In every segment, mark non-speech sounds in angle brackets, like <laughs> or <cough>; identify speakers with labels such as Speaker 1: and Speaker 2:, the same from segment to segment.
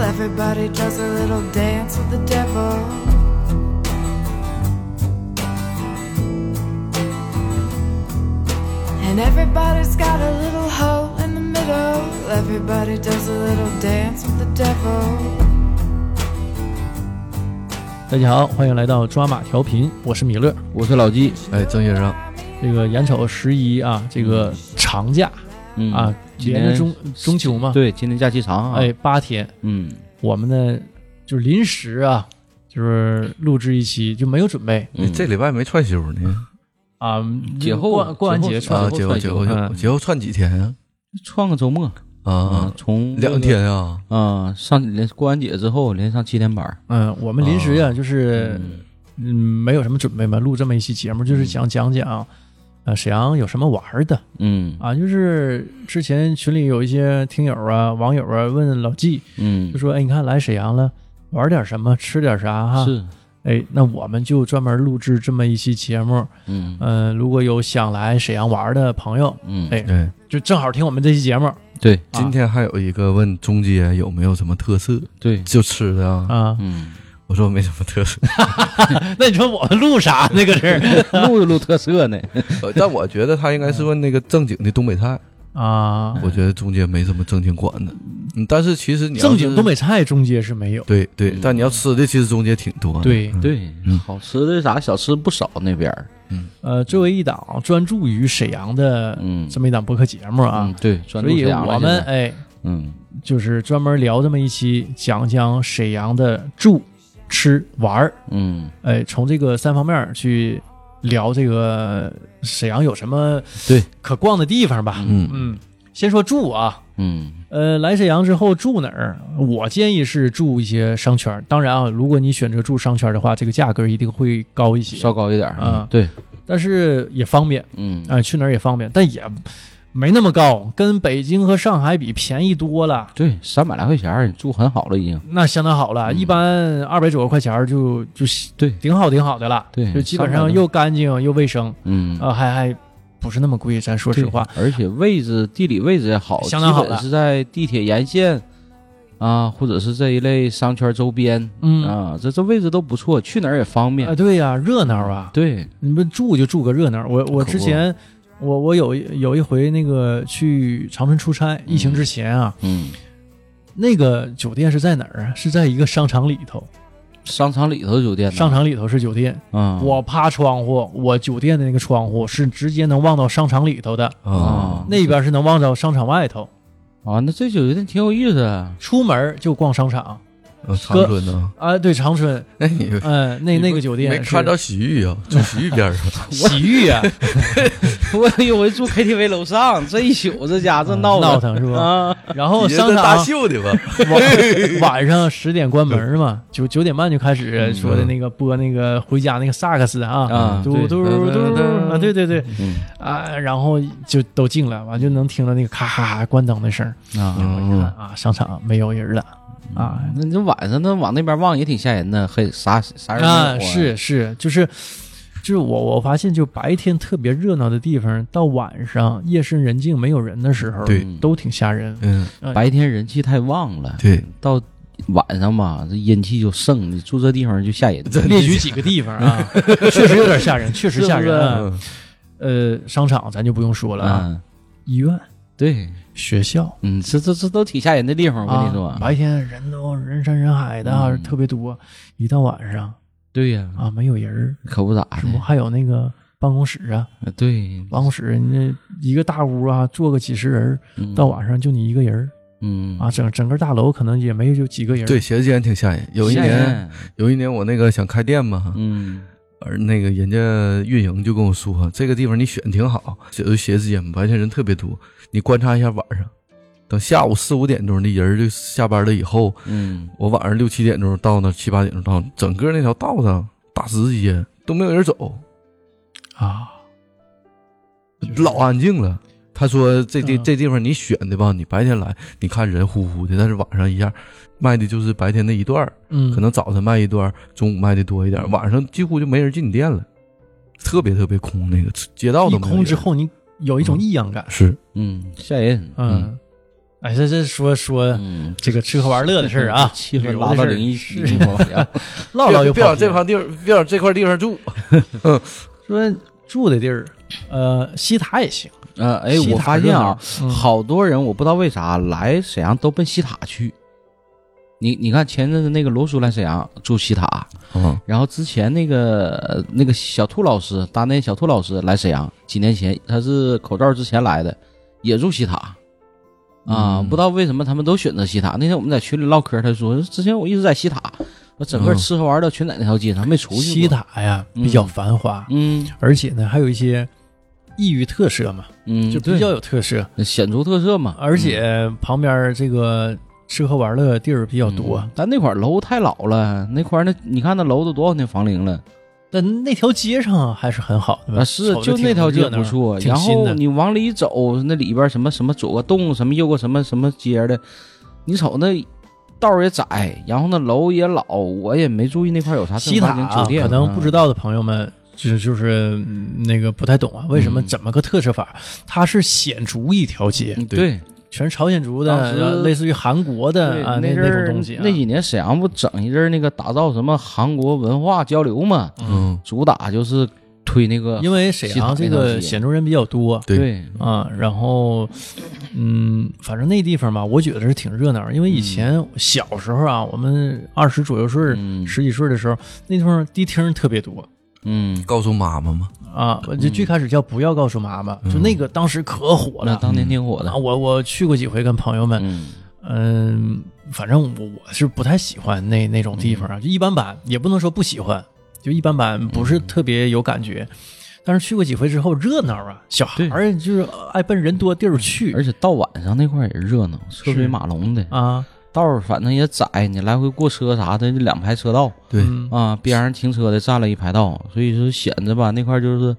Speaker 1: Everybody does a little dance with the devil. And everybody's got a little hole in the middle. Everybody does a little dance with the devil.
Speaker 2: 大家好，欢迎来到抓马调频，我是米勒。
Speaker 3: 我是老纪，
Speaker 4: 哎，曾先生，
Speaker 2: 这个眼瞅十一啊，这个长假
Speaker 3: 嗯
Speaker 2: 啊，
Speaker 3: 今
Speaker 2: 连着
Speaker 3: 天
Speaker 2: 中中秋嘛，
Speaker 3: 对，今天假期长啊，
Speaker 2: 哎，，八天，
Speaker 3: 嗯，
Speaker 2: 我们呢就是临时啊，就是录制一期就没有准备
Speaker 3: 嗯
Speaker 4: 这礼拜没串休呢，
Speaker 2: 啊，
Speaker 3: 节后
Speaker 2: 过完过完节
Speaker 3: 节
Speaker 2: 串
Speaker 3: 后啊
Speaker 4: 啊，节后节后
Speaker 2: 节后
Speaker 4: 节后节后串几天呀？
Speaker 3: 创个周末
Speaker 4: 啊，，
Speaker 3: 从
Speaker 4: 两天啊，
Speaker 3: 啊，上连过完节之后连上七天班儿，
Speaker 2: 嗯，我们临时
Speaker 3: 啊
Speaker 2: 呀、就是嗯没有什么准备嘛，录这么一期节目，就是想讲讲。啊，沈阳有什么玩儿的
Speaker 3: 嗯
Speaker 2: 啊？就是之前群里有一些听友啊、网友啊问老纪，
Speaker 3: 嗯
Speaker 2: 就，说：“哎，你看来沈阳了，玩点什么，吃点啥哈？”
Speaker 3: 是，
Speaker 2: 哎，那我们就专门录制这么一期节目。
Speaker 3: 嗯
Speaker 2: 嗯、如果有想来沈阳玩的朋友，
Speaker 3: 嗯，
Speaker 2: 哎
Speaker 4: 对，
Speaker 2: 就正好听我们这期节目
Speaker 3: 对
Speaker 4: 今天还有一个问中街有没有什么特色，
Speaker 2: <laughs>
Speaker 3: 对，
Speaker 4: 就吃的啊，
Speaker 2: 啊。
Speaker 3: 嗯，
Speaker 4: 我说没什么特色，
Speaker 2: 那你说我们录啥那个事儿
Speaker 3: 录就录特色呢，
Speaker 2: 嗯
Speaker 4: 呃但我觉得他应该是问那个正经的东北菜，
Speaker 2: <laughs> 啊？
Speaker 4: 我觉得中街没什么正经馆子，嗯但是其实你要是
Speaker 2: <laughs> 正经东，北菜中介是没有，
Speaker 4: 对对
Speaker 3: 嗯，
Speaker 4: 但你要吃的其实中街挺多的，
Speaker 2: 对
Speaker 4: 嗯，
Speaker 3: 对，好吃的啥小吃不少那边儿，
Speaker 2: 呃，作为一档专注于沈阳的
Speaker 3: 嗯
Speaker 2: 这么一档播客节目啊
Speaker 3: 嗯，，对，
Speaker 2: 所
Speaker 3: 专注
Speaker 2: 以
Speaker 3: 沈阳了
Speaker 2: 我
Speaker 3: 现
Speaker 2: 们
Speaker 3: 在
Speaker 2: 哎，
Speaker 3: 嗯
Speaker 2: 就是专门聊这么一期，讲讲沈阳的住、吃、玩儿。
Speaker 3: 嗯，
Speaker 2: 哎，从这个三方面儿去聊这个沈阳有什么
Speaker 3: 对
Speaker 2: 可逛的地方吧。
Speaker 4: 嗯
Speaker 2: 嗯，先说住啊，
Speaker 3: 嗯
Speaker 2: 呃，来沈阳之后住哪儿？我建议是住一些商圈儿。当然啊，如果你选择住商圈儿的话，这个价格一定会高一些
Speaker 3: 稍，高一点儿嗯
Speaker 2: 啊
Speaker 3: 对，
Speaker 2: 但是也方便，
Speaker 3: 嗯
Speaker 2: 哎、去哪儿也方便，但也没那么高，跟北京和上海比便宜多了。
Speaker 3: 对，三百来块钱儿你住很好了已经，
Speaker 2: 那相当好了，
Speaker 3: 嗯
Speaker 2: 一般二百左右块钱儿就就
Speaker 3: 对
Speaker 2: 挺好挺好的了，
Speaker 3: 对
Speaker 2: 就基本
Speaker 3: 上百
Speaker 2: 上
Speaker 3: 多
Speaker 2: 又干净又卫生，
Speaker 3: 嗯
Speaker 2: 呃，还还不是那么贵，咱说实
Speaker 3: 对
Speaker 2: 话，，
Speaker 3: 而且位置地理位置也好，
Speaker 2: 相当好
Speaker 3: 基
Speaker 2: 了
Speaker 3: 本是在地铁沿线啊，或者是这一类商圈周边、
Speaker 2: 嗯呃啊、
Speaker 3: 啊，这这位置都不错，去哪儿也方便。
Speaker 2: 对呀、热闹啊，
Speaker 3: 对，
Speaker 2: 你们住就住个热闹。我我
Speaker 3: 可
Speaker 2: 之
Speaker 3: 不
Speaker 2: 前我我有一有一回那个去长春出差，疫情之前啊，
Speaker 3: 嗯，
Speaker 2: 那个酒店是在哪儿啊？是在一个商场里头，
Speaker 3: 商场里头酒店呢，
Speaker 2: 商场里头是酒店，
Speaker 3: 啊，
Speaker 2: 我趴窗户，我酒店的那个窗户是直接能望到商场里头的，
Speaker 4: 啊
Speaker 3: 啊，
Speaker 2: 那边是能望到商场外头。
Speaker 3: 啊，那这酒店挺有意思啊。 <laughs>
Speaker 2: 出门就逛商场
Speaker 4: 呃长
Speaker 2: <laughs>
Speaker 4: 春呢，
Speaker 2: 啊，对，长春，
Speaker 4: 哎你
Speaker 2: 嗯、那
Speaker 4: 你不
Speaker 2: 那个酒店
Speaker 4: 没
Speaker 2: 是
Speaker 4: 看着洗浴啊，住洗浴边儿
Speaker 2: <laughs>
Speaker 4: 啊，
Speaker 2: 洗浴啊，
Speaker 3: 我有回住 KTV 楼上，这一宿这家这闹
Speaker 2: 闹
Speaker 3: 的
Speaker 2: 腾是嗯吧？
Speaker 3: 啊，
Speaker 2: 然后
Speaker 4: 你这
Speaker 2: 商
Speaker 4: 是大
Speaker 2: 场
Speaker 4: 秀的吧？
Speaker 2: 晚
Speaker 3: <laughs>
Speaker 2: 晚上十点关门嘛，九九点半就开始说的那个播那个回家那个萨克斯啊
Speaker 3: 嗯啊，
Speaker 2: 嘟
Speaker 3: 对
Speaker 2: 嘟嘟啊，对对对
Speaker 3: 嗯
Speaker 2: 啊，然后就都进来，完就能听到那个咔咔咔关灯的声儿
Speaker 3: 啊，嗯
Speaker 4: 嗯，
Speaker 2: 啊，商场没有人了啊
Speaker 3: 那你这晚上那往那边望也挺吓人的，黑啥啥人没有
Speaker 2: 啊，是是，就是就是我我发现，就白天特别热闹的地方，到晚上夜深人静没有人的时候，
Speaker 4: 对
Speaker 3: 嗯
Speaker 2: 都挺吓人。
Speaker 4: 嗯，
Speaker 3: 白天人气太旺了，
Speaker 4: 对，
Speaker 3: 到晚上吧，这阴气就盛，你住这地方就吓人。
Speaker 2: 列举几个地方
Speaker 3: <laughs>
Speaker 2: 啊，确实有点吓人，确实吓人啊。
Speaker 4: 嗯
Speaker 2: 呃，商场咱就不用说了啊，
Speaker 3: 嗯，
Speaker 2: 医院、
Speaker 3: 对，
Speaker 2: 学校，
Speaker 3: 嗯，这这这都挺吓人的地方，我跟你说
Speaker 2: 啊，。白天人都人山人海的啊，
Speaker 3: 嗯
Speaker 2: 特别多，一到晚上
Speaker 3: 对呀，
Speaker 2: 啊没有人儿，
Speaker 3: 可不咋
Speaker 2: 是不？
Speaker 3: 的。
Speaker 2: 还有那个办公室啊，
Speaker 3: 对，
Speaker 2: 办公室那一个大屋啊，坐个几十人儿，
Speaker 3: 嗯
Speaker 2: 到晚上就你一个人儿
Speaker 3: 嗯
Speaker 2: 啊，，整整个大楼可能也没就几个人儿。
Speaker 4: 对，写字间挺吓人。有一
Speaker 3: 吓
Speaker 4: 年，
Speaker 3: 人，
Speaker 4: 有一年我那个想开店嘛，
Speaker 3: 嗯
Speaker 4: 而那个人家运营就跟我说，这个地方你选挺好，写写字间白天人特别多，你观察一下晚上，等下午四五点钟的人就下班了以后，
Speaker 3: 嗯，
Speaker 4: 我晚上六七点钟到那，七八点钟到，整个那条道上大直街都没有人走，
Speaker 2: 啊，就是
Speaker 4: 老啊安静了。他说：“这地
Speaker 2: 嗯
Speaker 4: 这地方你选的吧，你白天来，你看人呼呼的，但是晚上一下卖的就是白天那一段儿
Speaker 2: 嗯，
Speaker 4: 可能早晨卖一段，中午卖的多一点，
Speaker 3: 嗯
Speaker 4: 晚上几乎就没人进你店了，特别特别空，那个街道
Speaker 2: 一
Speaker 4: 都没有人
Speaker 2: 空之后，你有一种异样感。
Speaker 4: 是
Speaker 3: 嗯，吓人。
Speaker 2: 嗯，哎，这这说说
Speaker 3: 嗯，，
Speaker 2: 这个吃喝玩乐的事儿啊
Speaker 3: <laughs> 气
Speaker 2: 旅
Speaker 3: 氛
Speaker 2: 游
Speaker 3: 拉
Speaker 2: 的
Speaker 3: 到
Speaker 2: 事儿
Speaker 3: 灵异局 <laughs> 去了。
Speaker 2: 唠唠又
Speaker 4: 别往
Speaker 2: 跑题
Speaker 4: 这
Speaker 2: 了
Speaker 4: 块地儿，别往这块地方住。
Speaker 2: 说住的地儿，呃，西塔也行。
Speaker 3: 呃，哎，
Speaker 2: 西
Speaker 3: 我
Speaker 2: 塔
Speaker 3: 发
Speaker 2: 热
Speaker 3: 现
Speaker 2: 闹嗯
Speaker 3: 啊，，好多人我不知道为啥来沈阳都奔西塔去。你你看前阵子那个罗叔来沈阳住西塔，
Speaker 4: 嗯，
Speaker 3: 然后之前那个呃那个小兔老师，大内小兔老师来沈阳，几年前他是口罩之前来的，也住西塔。啊，
Speaker 4: 嗯
Speaker 3: 不知道为什么他们都选择西塔。那天我们在群里唠嗑，他说之前我一直在西塔，我整个
Speaker 4: 嗯
Speaker 3: 吃喝玩乐全在那条街上，没出去过。
Speaker 2: 西，塔呀比较繁华，
Speaker 3: 嗯
Speaker 2: 而且呢还有一些异域特色嘛，
Speaker 3: 嗯，
Speaker 2: 就比较有特色，
Speaker 3: 对嗯显著特色嘛，嗯
Speaker 2: 而且旁边这个吃喝玩乐地儿比较多。
Speaker 3: 嗯但那块儿楼太老了，那块儿那你看那楼都多少年房龄了
Speaker 2: 但那条街上还是很好的吧？
Speaker 3: 啊？是
Speaker 2: 瞅，着
Speaker 3: 就那条街
Speaker 2: 挺热闹
Speaker 3: 不错。
Speaker 2: 挺
Speaker 3: 然
Speaker 2: 新
Speaker 3: 后
Speaker 2: 的。
Speaker 3: 你往里走，那里边什么什么左个洞，什么右个什么什么街儿的，你瞅那道儿也窄，然后那楼也老，我也没注意那块儿有啥正
Speaker 2: 西
Speaker 3: 儿
Speaker 2: 塔
Speaker 3: 八经
Speaker 2: 啊
Speaker 3: 酒店。嗯
Speaker 2: 可能不知
Speaker 3: 道，
Speaker 2: 道的朋友们。就是就是嗯那个不太懂啊，为什么
Speaker 3: 嗯
Speaker 2: 怎么个特色法？它是显竹一条街，
Speaker 3: 嗯对，
Speaker 2: 全是朝鲜族的，
Speaker 3: 当时
Speaker 2: 然后类似于韩国
Speaker 3: 对
Speaker 2: 的啊那
Speaker 3: 阵
Speaker 2: 那种
Speaker 3: 儿
Speaker 2: 东西啊。
Speaker 3: 那几年沈阳不整一阵儿那个打造什么韩国文化交流嘛，
Speaker 4: 嗯，
Speaker 3: 主打就是推那个
Speaker 2: 因为沈阳这个显著人比较多
Speaker 4: 对
Speaker 3: 对
Speaker 2: 啊，然后，嗯，反正那地方吧，我觉得是挺热闹。因
Speaker 3: 嗯
Speaker 2: 为以前小时候啊，我们二十左右岁儿、
Speaker 3: 嗯
Speaker 2: 十几岁的时候，那地方迪厅特别多
Speaker 3: 嗯，
Speaker 4: 告诉妈妈嘛，
Speaker 2: 啊。我就最开始叫不要告诉妈妈，就那个当时可火
Speaker 3: 嗯那
Speaker 2: 了。
Speaker 3: 当年挺火的
Speaker 2: 啊，，我我去过几回，跟朋友们，
Speaker 3: 嗯
Speaker 2: 嗯，反正我我是不太喜欢那那种地方
Speaker 4: 嗯
Speaker 2: 啊，就一般般，也不能说不喜欢，就一般般，不
Speaker 4: 嗯
Speaker 2: 是特别有感觉。但是去过几回之后，热闹啊，小孩儿就是呃爱奔人多地儿去
Speaker 3: 而且到晚上那块儿也热闹，车
Speaker 2: 是
Speaker 3: 水马龙的，
Speaker 2: 啊。
Speaker 3: 道儿反正也窄，你来回过车啥的，就两排车道
Speaker 4: 对哦
Speaker 2: 嗯
Speaker 3: 啊，边上停车的占了一排道，所以说显着吧，那块儿就是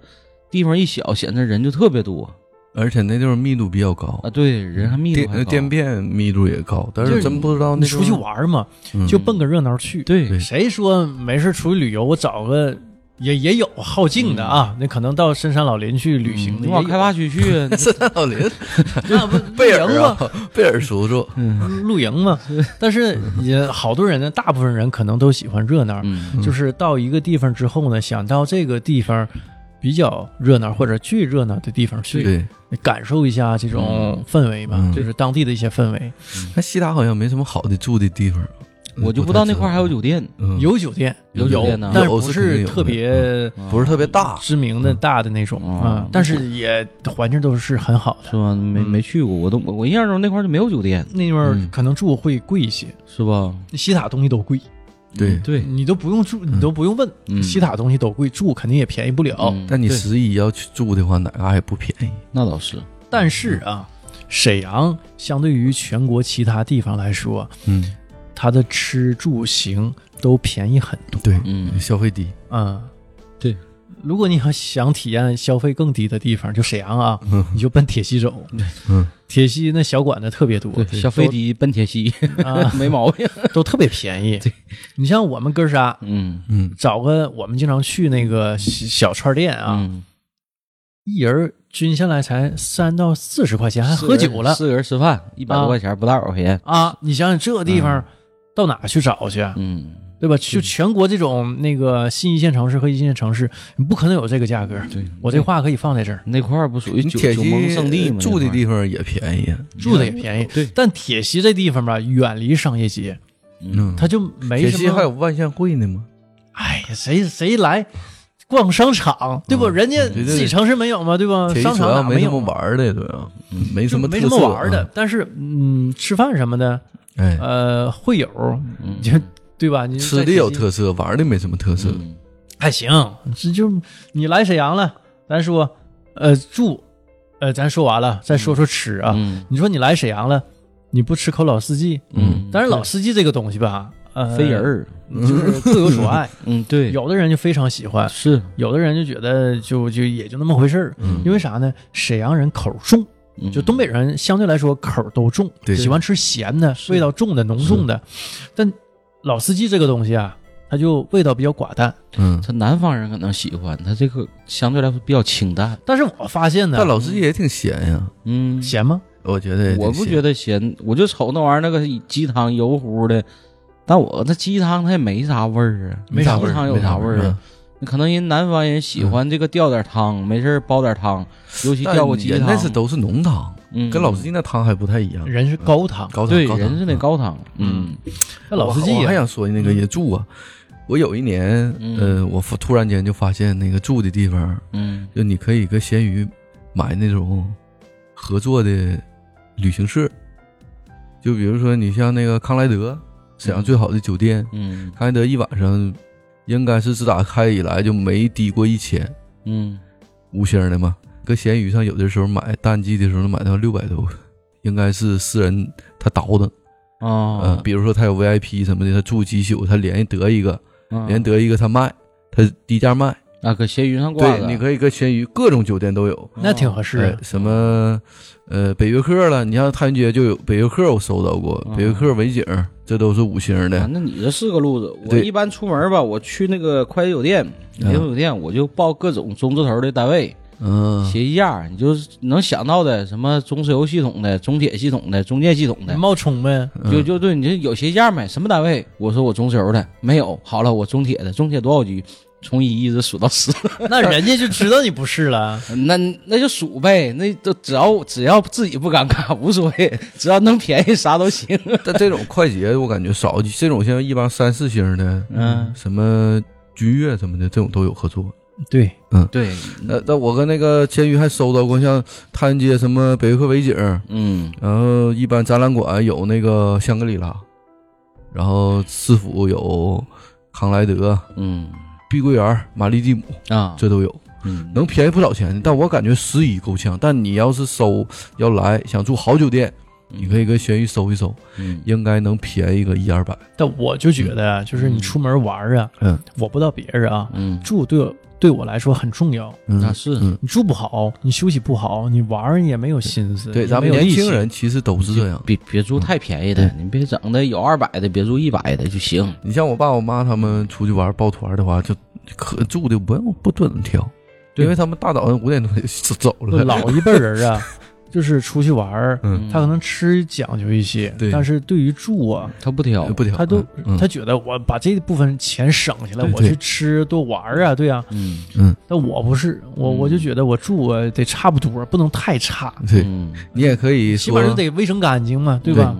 Speaker 3: 地方一小，显着人就特别多
Speaker 4: 而且那地方密度比较高
Speaker 3: 啊，，对，人还密度还
Speaker 4: 电
Speaker 2: 呃
Speaker 3: 高
Speaker 4: 电片密度也高，但
Speaker 2: 就是是
Speaker 4: 真不知道
Speaker 2: 你
Speaker 4: 那嗯
Speaker 2: 出去
Speaker 4: <laughs>
Speaker 2: 玩儿嘛，
Speaker 4: 玩
Speaker 2: 就奔个热闹去。
Speaker 3: 对
Speaker 2: 谁说没事出去旅游？我找个也也有好静的
Speaker 4: 嗯
Speaker 2: 啊，那可能到深山老林去旅行的
Speaker 3: 嗯你
Speaker 2: 也
Speaker 3: 往
Speaker 2: 有
Speaker 3: 开发
Speaker 2: <laughs>
Speaker 3: 区去，
Speaker 4: 圣诞老林，
Speaker 2: 那不
Speaker 4: 贝
Speaker 2: 露营
Speaker 4: 尔
Speaker 2: 吗？
Speaker 4: 啊，贝尔
Speaker 3: <laughs>
Speaker 4: 叔叔，
Speaker 3: 嗯
Speaker 2: 露营嘛。但是也好多人呢，大部分人可能都喜欢热
Speaker 4: <laughs>
Speaker 2: 闹，
Speaker 3: 嗯
Speaker 2: 就是到一个地方之后呢，想到这个地方比较热闹或者最热闹的地方去，
Speaker 4: 对，
Speaker 2: 感受一下这种氛围吧，
Speaker 4: 嗯
Speaker 2: 就是当地的一些氛围。
Speaker 4: 那西塔好像没什么好的住的地方，
Speaker 3: 我就不知道那块儿还有酒店，
Speaker 4: 嗯，
Speaker 2: 有酒店，
Speaker 3: 有酒店呢
Speaker 2: 但
Speaker 4: 有
Speaker 2: 不
Speaker 4: 是肯定
Speaker 2: 是
Speaker 4: 有的嗯
Speaker 2: 特别
Speaker 4: 不是特别大，
Speaker 2: 知名的大的那种
Speaker 3: 嗯
Speaker 2: 啊，但是也环境都是很好的。
Speaker 3: 是吧？没
Speaker 2: 嗯
Speaker 3: 没去过，我都我印象中那块儿就没有酒店，
Speaker 2: 那地
Speaker 4: 嗯
Speaker 2: 方可能住会贵一些，
Speaker 3: 是吧？嗯
Speaker 2: 西塔东西都贵，
Speaker 4: 对。
Speaker 3: 对，
Speaker 2: 你都不用住，你都不用问，
Speaker 3: 嗯
Speaker 2: 西塔东西都贵，住肯定也便宜不了。
Speaker 3: 嗯
Speaker 4: 但你
Speaker 3: 对哎
Speaker 4: 十一要去住的话，哪嘎也不便宜。
Speaker 3: 那倒是，
Speaker 2: 但是啊，沈阳相对于全国其他地方来说，
Speaker 4: 嗯，
Speaker 2: 它的吃住行都便宜很多。
Speaker 4: 对，
Speaker 3: 嗯
Speaker 4: 消费低。
Speaker 2: 嗯，
Speaker 3: 对。
Speaker 2: 如果你要想体验消费更低的地方，就沈阳
Speaker 3: <laughs>
Speaker 2: 啊，你就奔铁西走。
Speaker 4: 嗯，
Speaker 2: 铁西那小馆子特别多
Speaker 3: 对，小飞机奔铁西，
Speaker 2: 啊
Speaker 3: <laughs> 没毛病，
Speaker 2: 都特别便
Speaker 3: <laughs>
Speaker 2: 宜。你像我们哥仨
Speaker 3: 嗯
Speaker 4: 嗯，
Speaker 2: 找个我们经常去那个小小串店啊，
Speaker 3: 嗯
Speaker 2: 一人均下来才三到四十块钱，还
Speaker 3: 四
Speaker 2: 喝
Speaker 3: 个人
Speaker 2: 酒了
Speaker 3: 四个人吃饭一百
Speaker 2: 啊
Speaker 3: 多块钱，不大块钱。
Speaker 2: 啊！你想想这地方到哪去找去？啊
Speaker 3: 嗯，
Speaker 2: 对吧？就全国这种那个新一线城市和一线城市，你不可能有这个价格。
Speaker 3: 对，
Speaker 2: 我这话可以放在这儿，
Speaker 3: 那块儿不属于
Speaker 4: 你
Speaker 3: 九
Speaker 4: 铁
Speaker 3: 九蒙
Speaker 4: 西
Speaker 3: 圣地吗？
Speaker 4: 住的
Speaker 3: 那块儿
Speaker 4: 地方也便宜。啊
Speaker 2: 住的也便宜。
Speaker 3: 对，
Speaker 2: 但铁西这地方吧，远离商业街，
Speaker 4: 嗯，
Speaker 2: 它就没
Speaker 4: 铁
Speaker 2: 什
Speaker 4: 西
Speaker 2: 么。
Speaker 4: 还有，万象汇呢吗？
Speaker 2: 哎呀，谁谁来逛商场，对
Speaker 4: 嗯
Speaker 2: 不？人家自己城市没有吗？对吧？呃
Speaker 4: 铁西
Speaker 2: 商
Speaker 4: 主
Speaker 2: 场
Speaker 4: 要
Speaker 2: 哪
Speaker 4: 没什
Speaker 2: 有
Speaker 4: 么
Speaker 2: 啊？
Speaker 4: 玩儿的，对吧？嗯没什
Speaker 2: 就
Speaker 4: 么
Speaker 2: 没
Speaker 4: 特
Speaker 2: 什么
Speaker 4: 色
Speaker 2: 玩的
Speaker 4: 啊。，
Speaker 2: 但是嗯，吃饭什么的，
Speaker 4: 哎，
Speaker 2: 呃，会有，
Speaker 3: 嗯
Speaker 2: 就对吧？你
Speaker 4: 吃
Speaker 2: 在
Speaker 4: 的
Speaker 2: 铁西
Speaker 4: 有特色，玩儿的没什么特色。
Speaker 3: 嗯
Speaker 2: 还行，这就你来沈阳了，咱说，呃，住，呃，咱说完了，再说说吃啊。
Speaker 3: 嗯
Speaker 2: 你说你来沈阳了，你不吃口老司机？
Speaker 3: 嗯，
Speaker 2: 但是老司机这个东西吧，呃，
Speaker 3: 飞人，儿，
Speaker 2: 就是各有所爱。
Speaker 3: 嗯， <laughs> 对，
Speaker 2: 有的人就非常喜
Speaker 4: 啊
Speaker 2: 欢，
Speaker 3: 是，
Speaker 2: 有的人就觉得就就也就那么回事儿。因为啥呢？沈阳人口重，
Speaker 3: 嗯
Speaker 2: 就东北人相对来说口都重，
Speaker 4: 对
Speaker 2: 喜欢吃咸的、味道重的、浓重的。但老司机这个东西啊，它就味道比较寡淡。
Speaker 4: 嗯，
Speaker 3: 他南方人可能喜欢，他这个相对来说比较清淡。
Speaker 2: 但是我发现呢，
Speaker 4: 但老司机也挺闲呀。
Speaker 3: 嗯，
Speaker 2: 咸吗？
Speaker 4: 我觉得
Speaker 3: 我不觉
Speaker 4: 得
Speaker 3: 得咸，我就瞅那玩意儿那个鸡汤油乎的，但我那鸡汤它也没啥味儿啊，
Speaker 2: 没啥
Speaker 3: 鸡
Speaker 2: 味儿
Speaker 3: 汤有
Speaker 4: 没啥嗯
Speaker 3: 啥味儿啊？可能人南方人喜欢这个吊点汤，没事儿煲点汤，尤其
Speaker 4: 但
Speaker 3: 吊个鸡
Speaker 4: 人
Speaker 3: 汤，
Speaker 4: 那是都是浓汤，
Speaker 3: 嗯
Speaker 4: 跟老司机那汤还不太一样。
Speaker 2: 人是高汤，
Speaker 4: 高
Speaker 3: 对
Speaker 4: 汤，高
Speaker 3: 人
Speaker 4: 汤
Speaker 3: 是得高汤，嗯
Speaker 2: 那老司机
Speaker 4: 我我还
Speaker 2: 也嗯
Speaker 4: 想说那个也住啊。我有一年，
Speaker 3: 嗯
Speaker 4: 呃，我发突然间就发现那个住的地方，
Speaker 3: 嗯
Speaker 4: 就你可以跟闲鱼买那种合作的旅行社，就比如说你像那个康莱德，沈阳最好的酒店，
Speaker 3: 嗯
Speaker 4: 康莱德一晚上应该是自打开以来就没低过一千，
Speaker 3: 嗯，
Speaker 4: 五星的嘛。搁闲鱼上有的时候买淡季的时候能买到六百多，应该是私人他倒腾，嗯、
Speaker 3: 哦，
Speaker 4: 比如说他有 VIP 什么的，他住几宿，他连得一个，
Speaker 3: 嗯
Speaker 4: 连得一个他卖，他低价卖。
Speaker 3: 啊，搁咸鱼上挂
Speaker 4: 对，
Speaker 3: 的，
Speaker 4: 你可以搁闲鱼各种酒店都有。
Speaker 2: 那挺合适
Speaker 4: 哎
Speaker 2: 的。
Speaker 4: 什么，呃，北约克了，你像太原街就有北约克，我搜到过，
Speaker 3: 嗯
Speaker 4: 北约克美景，这都是五星
Speaker 3: 啊
Speaker 4: 的。
Speaker 3: 那你这是个路子。我
Speaker 4: 对
Speaker 3: 一般出门吧，我去那个快捷酒店、
Speaker 4: 嗯
Speaker 3: 连锁酒店，我就报各种中字头的单位
Speaker 4: 嗯，
Speaker 3: 协议价，你就是能想到的，什么中石油系统的、中铁系统的、中建系统的，
Speaker 2: 冒充呗，
Speaker 4: 嗯
Speaker 3: 就就对你这有协议价没？什么单位？我说我中石油的，没有。好了，我中铁的，中铁多少局？从一一直数到十，
Speaker 2: 那人家就知道你不是了。
Speaker 3: <laughs> 那那就数呗，那都只要只要自己不尴尬无所谓，只要能便宜啥都行。
Speaker 4: 但这种快捷我感觉少，这种像一般三四星的，
Speaker 3: 嗯，
Speaker 4: 什么君悦什么的，这种都有合作。
Speaker 2: 对，
Speaker 3: 对，嗯
Speaker 4: 呃，但我跟那个千鱼还搜到过，像太原街什么北约克美景，
Speaker 3: 嗯
Speaker 4: 然后一般展览馆有那个香格里拉，然后市府有康莱德、
Speaker 3: 嗯
Speaker 4: 碧桂园、玛丽蒂姆，
Speaker 3: 啊，
Speaker 4: 这都有。
Speaker 3: 嗯
Speaker 4: 能便宜不少钱，但我感觉十一够呛。但你要是搜要来想住好酒店，你可以跟闲鱼搜一搜，
Speaker 3: 嗯
Speaker 4: 应该能便宜个一二百。
Speaker 2: 但我就觉得啊，就是你出门玩儿啊，
Speaker 4: 嗯
Speaker 2: 我不知道别人啊，
Speaker 3: 嗯，
Speaker 2: 住对我对我来说很重要。
Speaker 3: 那是
Speaker 4: 嗯
Speaker 2: 你住不好，你休息不好，你玩儿也没有心思。
Speaker 4: 对，
Speaker 2: 也
Speaker 4: 咱们
Speaker 2: 没有
Speaker 4: 年
Speaker 2: 力气
Speaker 4: 轻人其实都是这样。嗯
Speaker 3: 别别住太便宜的，你别整的有二百的，别住一百的就行。
Speaker 4: 你像我爸我妈他们出去玩抱团的话，就可住的不用不准挑，因为他们大早上五点钟就走了。
Speaker 2: 老一辈人
Speaker 4: <laughs>
Speaker 2: 啊，就是出去玩儿，
Speaker 4: 嗯，
Speaker 2: 他可能吃讲究一些，
Speaker 4: 对
Speaker 2: 但是对于住啊，
Speaker 3: 他不挑，
Speaker 4: 不挑，
Speaker 2: 他都
Speaker 4: 嗯
Speaker 2: 他觉得我把这部分钱省下来，
Speaker 4: 对
Speaker 2: 我
Speaker 4: 对
Speaker 2: 去吃多玩儿啊，对啊。
Speaker 3: 嗯
Speaker 2: 但我不是，我
Speaker 3: 嗯
Speaker 2: 我就觉得我住啊得差不多，不能太差，
Speaker 4: 对，
Speaker 3: 嗯，
Speaker 4: 你也可以
Speaker 2: 起
Speaker 4: 说
Speaker 2: 码就得卫生干净嘛，对
Speaker 3: 对
Speaker 2: 吧？？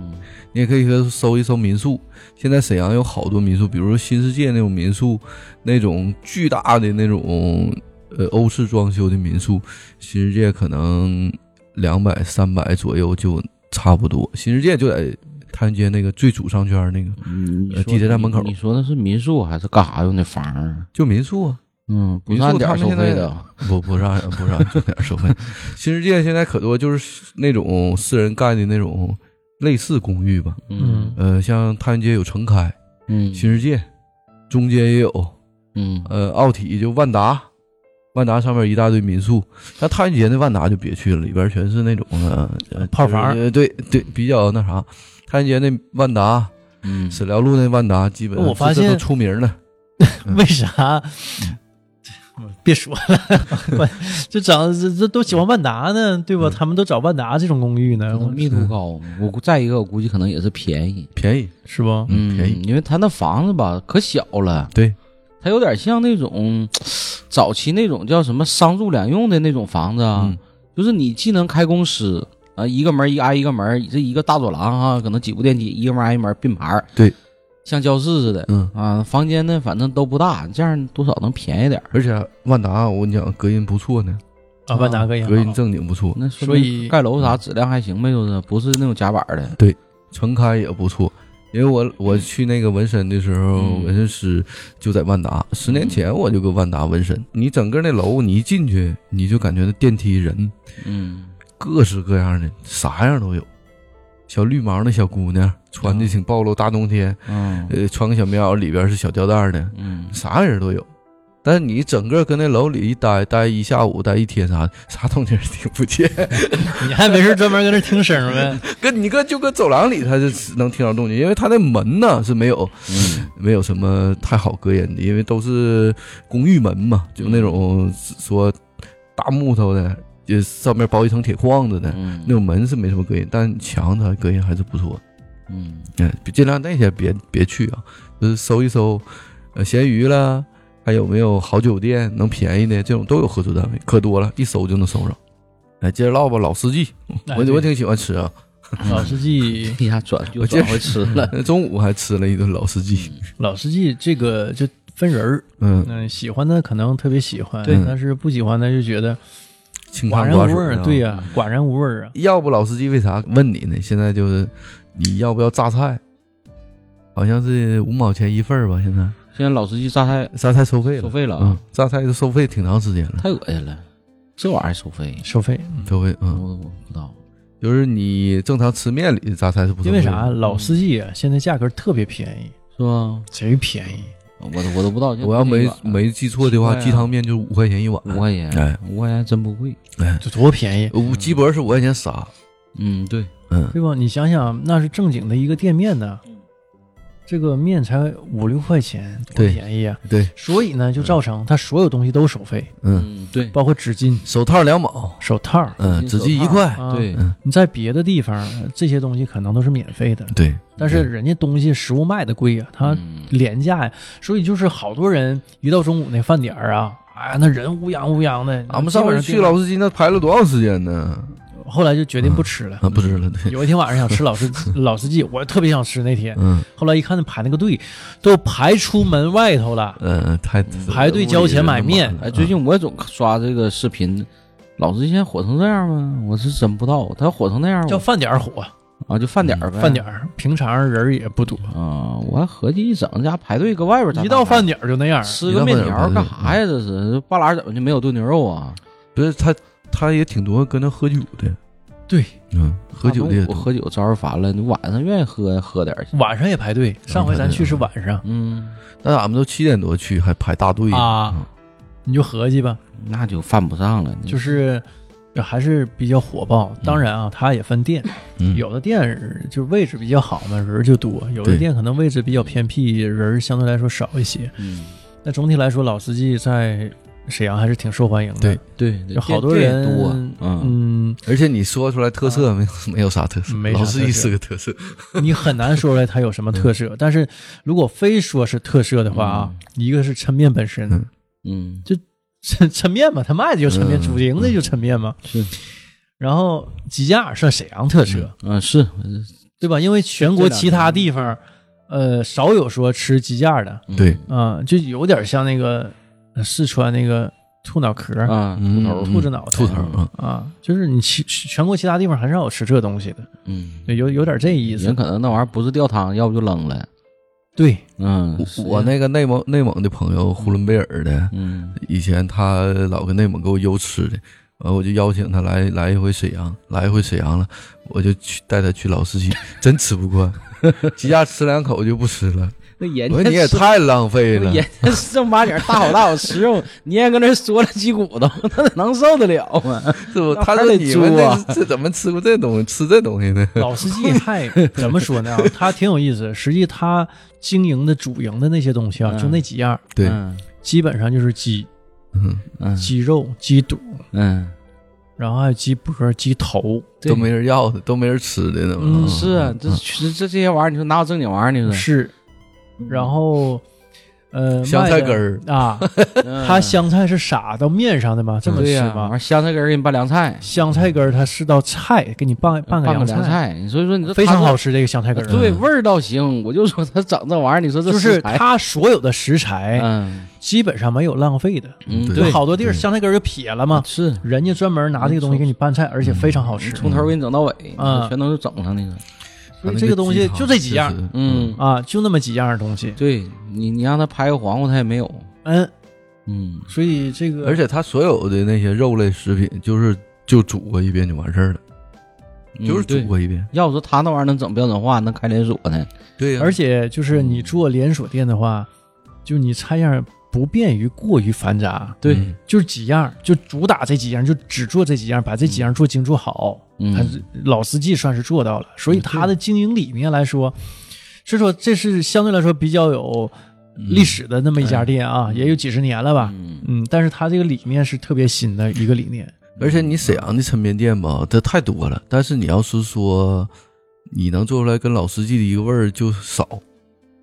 Speaker 4: 你也可以说搜一搜民宿。现在沈阳有好多民宿，比如说新世界那种民宿，那种巨大的那种呃欧式装修的民宿，新世界可能两百三百左右就差不多。新世界就在太原街那个最主商圈那个，
Speaker 3: 嗯，
Speaker 4: 呃地铁站门口
Speaker 3: 你说的是民宿还是干啥用的房儿？
Speaker 4: 就民宿啊，
Speaker 3: 嗯，不
Speaker 4: 民
Speaker 3: 是
Speaker 4: 宿
Speaker 3: 按点
Speaker 4: 他
Speaker 3: 儿
Speaker 4: 们
Speaker 3: 收
Speaker 4: 现
Speaker 3: 费
Speaker 4: 在
Speaker 3: 的。
Speaker 4: 不不是按不是按重点收费。 <laughs> 新世界现在可多就是那种私人盖的那种类似公寓吧，
Speaker 3: 嗯
Speaker 4: 呃，像太原街有城开、
Speaker 3: 嗯
Speaker 4: 新世界，中间也有。
Speaker 3: 嗯
Speaker 4: 呃，奥体就万达，万达上面一大堆民宿。那太原街那万达就别去了，里边全是那种呃呃
Speaker 2: 泡房
Speaker 4: 就是呃对对，比较那啥。太原街那万达，
Speaker 3: 嗯，
Speaker 4: 沈辽路那万达，基本
Speaker 2: 我发
Speaker 4: 这
Speaker 2: 现
Speaker 4: 都出名了。
Speaker 2: <laughs>
Speaker 4: 嗯
Speaker 2: 为啥？别说
Speaker 4: <laughs>
Speaker 2: 了，这整这这都喜欢万达呢，对
Speaker 4: 嗯
Speaker 2: 吧？他们都找万达这种公寓
Speaker 3: 可
Speaker 2: 呢，
Speaker 3: 能密度高。我估再一个，我估计可能也是便宜。
Speaker 4: 便宜，
Speaker 2: 是不？啊
Speaker 4: 嗯便宜
Speaker 3: 因为他那房子吧可小了，
Speaker 4: 对，
Speaker 3: 他有点像那种早期那种叫什么商住两用的那种房子啊。
Speaker 4: 嗯
Speaker 3: 就是你既能开公司啊、一个门一挨一个门，这一个大走廊啊，可能几部电梯，一个门挨一门并排儿，
Speaker 4: 对，
Speaker 3: 像教室似的
Speaker 4: 嗯。
Speaker 3: 啊。房间呢，反正都不大，这样多少能便宜点儿。
Speaker 4: 而且万达，我跟你讲，隔音不错呢，
Speaker 2: 啊，万达可以，
Speaker 4: 嗯隔音正经不错。
Speaker 3: 那说
Speaker 2: 所
Speaker 3: 明
Speaker 2: 以
Speaker 3: 盖楼啥质量还行呗，就是不是那种夹板儿的。
Speaker 4: 城开也不错，因为我我去那个纹身的时候，
Speaker 3: 嗯
Speaker 4: 纹身师就在万达。十年前我就搁万达纹身，你整个那楼你一进去，你就感觉那电梯人
Speaker 3: 嗯，
Speaker 4: 各式各样的，啥样都有。小绿毛那小姑娘穿的挺暴露，大冬天，
Speaker 3: 嗯
Speaker 4: 呃，穿个小棉袄，里边是小吊带儿的，
Speaker 3: 嗯，
Speaker 4: 啥人都有。但是你整个跟那楼里一待，待一下午，待一天啥的，啥动静儿 <laughs> 听不见。
Speaker 2: <laughs> 你还没事专门搁那听声呗？
Speaker 4: 跟你跟就跟走廊里，他就能听到动静，因为他那门呢是没有 <laughs>
Speaker 3: 嗯
Speaker 4: 没有什么太好隔音的，
Speaker 2: 嗯
Speaker 4: 因为都是公寓门嘛，就那种说大木头的，就上面包一层铁框子的，
Speaker 3: 嗯
Speaker 4: 那种门是没什么隔音，但墙它隔音还是不错。
Speaker 3: 嗯
Speaker 4: 嗯，尽量那些别别去啊，就是搜一搜，呃，闲鱼啦，还有没有好酒店能便宜的这种都有合作单位，可多了，一搜就能搜着。哎，接着唠吧，老司机，
Speaker 2: 哎
Speaker 4: <laughs> 我
Speaker 2: 对
Speaker 4: 我挺喜欢吃
Speaker 2: <laughs>
Speaker 4: 啊，
Speaker 2: 老司机，
Speaker 3: 一下嗯哎转就
Speaker 4: 我 <laughs> 接
Speaker 3: 转回吃了，
Speaker 4: 那中午还吃了一顿老司机。
Speaker 2: 老司机这个就分人儿，
Speaker 4: 嗯，
Speaker 2: 嗯，喜欢的可能特别喜欢，
Speaker 4: 对
Speaker 2: 但是不喜欢的就觉得
Speaker 4: 清
Speaker 2: 寡
Speaker 4: 汤
Speaker 2: 然
Speaker 4: 寡
Speaker 2: 无味
Speaker 4: 水
Speaker 2: 儿，
Speaker 4: 啊
Speaker 2: 对呀、寡然无味儿啊。
Speaker 4: 要不老司机为啥问你呢？现在就是你要不要榨菜？好像是五毛钱一份儿吧，现在
Speaker 3: 现在老司机榨菜
Speaker 4: 榨菜收费了，
Speaker 3: 收费了，
Speaker 4: 嗯，榨菜就收费挺长时间了，
Speaker 3: 太恶心了，这玩意儿收费，
Speaker 2: 收费，
Speaker 4: 收费
Speaker 3: 我
Speaker 4: 嗯，
Speaker 3: 我不知道，
Speaker 4: 就是你正常吃面里榨菜是不收
Speaker 2: 因
Speaker 4: 费
Speaker 2: 为
Speaker 4: 的
Speaker 2: 啥？老司机啊，现在价格特别便宜，
Speaker 3: 是吧？
Speaker 2: 贼便宜。
Speaker 3: 我都我都不知道，
Speaker 4: <laughs> 我要没
Speaker 3: 现在
Speaker 4: 没记错的
Speaker 3: 奇
Speaker 4: 话，
Speaker 3: 怪啊
Speaker 4: 鸡汤面就是五块钱一碗，
Speaker 3: 五块钱
Speaker 4: 哎，
Speaker 3: 五块钱真不贵，
Speaker 2: 这多便宜，
Speaker 4: 五鸡脖是五块钱仨，
Speaker 3: 嗯，对，
Speaker 4: 嗯，
Speaker 2: 对吧？你想想，那是正经的一个店面呢，这个面才五六块钱，多
Speaker 4: 对
Speaker 2: 便宜啊！
Speaker 4: 对，
Speaker 2: 所以呢，就造成它所有东西都收费，
Speaker 4: 嗯，
Speaker 3: 嗯，对，
Speaker 2: 包括纸巾、
Speaker 4: 手套两毛，
Speaker 2: 手套儿。
Speaker 4: 嗯，
Speaker 3: 手
Speaker 4: 纸
Speaker 3: 套
Speaker 4: 巾一块，
Speaker 2: 啊
Speaker 3: 对，
Speaker 2: 你在别的地方，呃这些东西可能都是免费的，
Speaker 4: 对，
Speaker 2: 但是人家东西食物卖的贵呀、
Speaker 4: 啊
Speaker 2: 它
Speaker 3: 嗯
Speaker 2: 廉价呀、所以就是好多人一到中午那饭点儿啊，哎，那人乌泱乌泱的。
Speaker 4: 俺们上回去老，司机那排了多长时间呢？
Speaker 2: 后来就决定不吃了。
Speaker 4: 啊，不知了，对，
Speaker 2: 有一天晚上想吃老
Speaker 4: <laughs>
Speaker 2: 司老司机，我特别想吃那天，
Speaker 4: 嗯
Speaker 2: 后来一看那排那个队，都排出门外头了。
Speaker 4: 嗯，太
Speaker 2: 排队交钱买面
Speaker 3: 哎，最近我也总刷这个视频，老司机现在火成这样吗？我是真不知道，他火成那样
Speaker 2: 叫
Speaker 3: 我
Speaker 2: 饭点儿火，
Speaker 3: 啊，就饭点
Speaker 4: 嗯哎
Speaker 3: 儿呗，
Speaker 2: 饭点儿平常人儿也不多，
Speaker 3: 啊，我还合计一整家排队搁外边儿，
Speaker 2: 一到饭点儿就那样儿。
Speaker 3: 吃个面条儿干啥呀？这是这半拉怎么就没有炖牛肉啊？
Speaker 4: 不是他，他也挺多跟那喝酒的，
Speaker 2: 对，
Speaker 4: 嗯，喝酒的也
Speaker 3: 我
Speaker 4: 多
Speaker 3: 喝酒招人烦了，你晚上愿意喝喝点儿去。
Speaker 2: 晚上也排队。
Speaker 4: 嗯
Speaker 2: 上回咱去是晚上
Speaker 3: 嗯，
Speaker 4: 但俺们都七点多去，还排大队
Speaker 2: 啊，你就合计吧，
Speaker 3: 那就犯不上了。
Speaker 4: 嗯
Speaker 3: 你
Speaker 2: 就是呃还是比较火爆。当然啊，它也分店，
Speaker 4: 嗯
Speaker 2: 有的店儿就位置比较好嘛，人儿就多；有的
Speaker 4: 对
Speaker 2: 店可能位置比较偏僻，人儿相对来说少一些。
Speaker 3: 嗯，
Speaker 2: 但总体来说，老司机在沈阳还是挺受欢迎的。
Speaker 4: 对，
Speaker 3: 对，
Speaker 2: 有好多
Speaker 3: 店
Speaker 2: 人
Speaker 3: 店也多，嗯，
Speaker 2: 嗯，
Speaker 4: 而且你说出来特色没有没有啥特色，
Speaker 2: 啊没啥
Speaker 4: 老司
Speaker 2: 特
Speaker 4: 机
Speaker 2: 色
Speaker 4: 是个特色， <laughs>
Speaker 2: 你很难说出来它有什么特
Speaker 4: 嗯
Speaker 2: 色。但是如果非说是特色的话啊，一个是抻面本身，
Speaker 4: 嗯
Speaker 3: 嗯，
Speaker 2: 抻抻面嘛，他卖的就抻面，
Speaker 4: 嗯
Speaker 2: 主营的就抻面嘛。
Speaker 3: 是，
Speaker 2: 然后鸡架算沈阳特色，
Speaker 3: 嗯是，
Speaker 2: 对吧？因为全国其他地方，呃，少有说吃鸡架的
Speaker 3: 嗯
Speaker 4: 对
Speaker 2: 啊、就有点像那个呃四川那个兔脑壳啊
Speaker 3: 啊，
Speaker 4: 嗯
Speaker 3: 秃头儿，
Speaker 2: 兔子脑袋
Speaker 4: <laughs> 兔头啊，
Speaker 2: 啊，就是你其全国其他地方很少有吃这东西的，
Speaker 3: 嗯，
Speaker 2: 对有有点这意思
Speaker 3: 人。可能那玩意儿不是吊汤，要不就扔了。
Speaker 2: 对，
Speaker 3: 嗯，
Speaker 4: 我
Speaker 3: 是
Speaker 4: 我，那个内蒙内蒙的朋友呼伦贝尔的，
Speaker 3: 嗯
Speaker 4: 以前他老跟内蒙给我邮吃的，完我就邀请他来来一回沈阳，来一回沈阳了，我就去带他去老司机，真吃不惯， <laughs> 鸡架吃两口就不吃了。
Speaker 3: <laughs> 那人
Speaker 4: 我说你也
Speaker 3: 是
Speaker 4: 太浪费
Speaker 3: 人
Speaker 4: 了，
Speaker 3: 家正八经儿大好大好吃肉，你也搁那儿说了鸡骨头， <laughs> 那能受得了啊吗？
Speaker 4: 是不？
Speaker 3: 那
Speaker 4: 他
Speaker 3: 还
Speaker 4: 说
Speaker 3: 得
Speaker 4: 你们
Speaker 3: 做啊
Speaker 4: 这这怎么吃过这东西？吃这东西 <laughs> 呢？
Speaker 2: 老司机太怎么说呢？他挺有意思。实际他经营的主营的那些东西啊，
Speaker 3: 嗯
Speaker 2: 就那几样，
Speaker 4: 对，
Speaker 3: 嗯
Speaker 2: 基本上就是鸡、
Speaker 4: 嗯，
Speaker 3: 嗯
Speaker 2: 鸡肉、鸡肚，
Speaker 3: 嗯，
Speaker 2: 然后还有鸡脖、鸡头。
Speaker 3: 对
Speaker 4: 都没人要的，都没人吃的呢。
Speaker 2: 嗯
Speaker 3: 是啊，这这这这些玩意儿，你说哪有正经玩意儿？你说
Speaker 2: 是，然后呃，
Speaker 4: 香菜
Speaker 2: 卖的
Speaker 4: 根儿
Speaker 2: 啊，它
Speaker 3: 他
Speaker 2: 香菜是撒到面上的吗？这么
Speaker 3: 嗯
Speaker 2: 吃
Speaker 3: 对呀，
Speaker 2: 吗？
Speaker 3: 完香菜根儿给你拌凉菜，
Speaker 2: 香菜根儿它是道菜，给你拌拌个
Speaker 3: 拌个
Speaker 2: 凉
Speaker 3: 凉
Speaker 2: 菜，
Speaker 3: 菜，你所以说你说
Speaker 2: 非常好
Speaker 3: 吃，
Speaker 2: 吃。这个香菜根儿，嗯
Speaker 3: 对味儿倒行，我就说他整这玩意儿，你说这
Speaker 2: 就是
Speaker 3: 食材
Speaker 2: 它所有的食材
Speaker 3: 嗯
Speaker 2: 基本上没有浪费的，
Speaker 3: 嗯
Speaker 4: 对
Speaker 2: 有
Speaker 3: 对，
Speaker 2: 好多地儿
Speaker 4: 对
Speaker 2: 香菜根儿就撇了嘛，
Speaker 3: 是
Speaker 2: 人家专门拿这个东西给你拌菜，而且非常好吃。
Speaker 3: 嗯从头给你整到尾，
Speaker 2: 嗯
Speaker 3: 全都是整上那个。
Speaker 2: 所以这个东西就这几样，
Speaker 3: 嗯
Speaker 2: 啊，就那么几样东西。
Speaker 3: 对你，你让他拍个黄瓜，他也没有。
Speaker 2: 嗯，
Speaker 3: 嗯，
Speaker 2: 所以这个
Speaker 4: 而且他所有的那些肉类食品，就是就煮过一遍就完事儿了，
Speaker 3: 嗯
Speaker 4: 就是煮
Speaker 3: 对。
Speaker 4: 过一遍。
Speaker 3: 要我说他那玩意儿能整标准化，能开连锁呢。
Speaker 4: 对呀，
Speaker 2: 而且就是你做连锁店的话，就你菜样不便于过于繁杂，
Speaker 3: 对
Speaker 4: 嗯
Speaker 2: 就是几样，就主打这几样，就只做这几样，把这几样做精做好。
Speaker 3: 嗯
Speaker 2: 他是老司机算是做到了，所以他的经营理念来说，是说这是相对来说比较有历史的那么一家店啊，也有几十年了吧。
Speaker 3: 嗯
Speaker 2: 嗯，但是他这个理念是特别新的一个理念，
Speaker 4: 而且你沈阳的抻面店吧，它太多了，但是你要是说你能做出来跟老司机的一个味儿就少，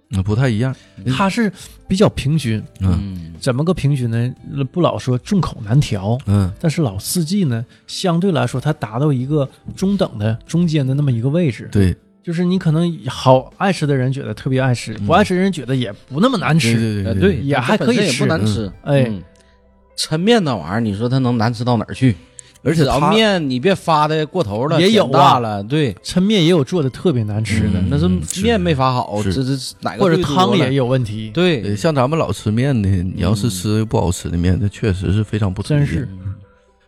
Speaker 4: 那不太一样。
Speaker 2: 它是比较平均，
Speaker 4: 嗯
Speaker 3: 嗯，
Speaker 2: 怎么个平均呢？不老说众口难调，
Speaker 4: 嗯
Speaker 2: 但是老四季呢，相对来说它达到一个中等的中间的那么一个位置，
Speaker 4: 对
Speaker 2: 就是你可能好爱吃的人觉得特别爱吃，
Speaker 4: 嗯
Speaker 2: 不爱吃的人觉得也不那么难
Speaker 4: 对
Speaker 2: 吃。
Speaker 4: 对
Speaker 3: 呃
Speaker 4: 对
Speaker 3: 对，
Speaker 2: 也
Speaker 3: 它
Speaker 2: 还
Speaker 3: 本
Speaker 2: 可以
Speaker 3: 身也
Speaker 2: 吃
Speaker 3: 不难吃，
Speaker 2: 哎
Speaker 3: 嗯，抻面那玩意儿，你说它能难吃到哪儿去？
Speaker 4: 而且
Speaker 3: 只要
Speaker 4: 它
Speaker 3: 面你别发的过头了，
Speaker 2: 也有
Speaker 3: 剪大
Speaker 2: 啊
Speaker 3: 了，对，
Speaker 2: 抻面也有做的特别难吃的，
Speaker 4: 嗯
Speaker 3: 那是
Speaker 4: 是
Speaker 3: 面没发好，
Speaker 4: 是
Speaker 3: 这这哪个
Speaker 2: 或者
Speaker 3: 最多
Speaker 2: 汤
Speaker 3: 了
Speaker 2: 也有问题。
Speaker 4: 呃
Speaker 3: 对，
Speaker 4: 像咱们老吃面的，你要是吃不好吃的面，那确实是非常不推
Speaker 2: 嗯真
Speaker 4: 荐。
Speaker 2: 是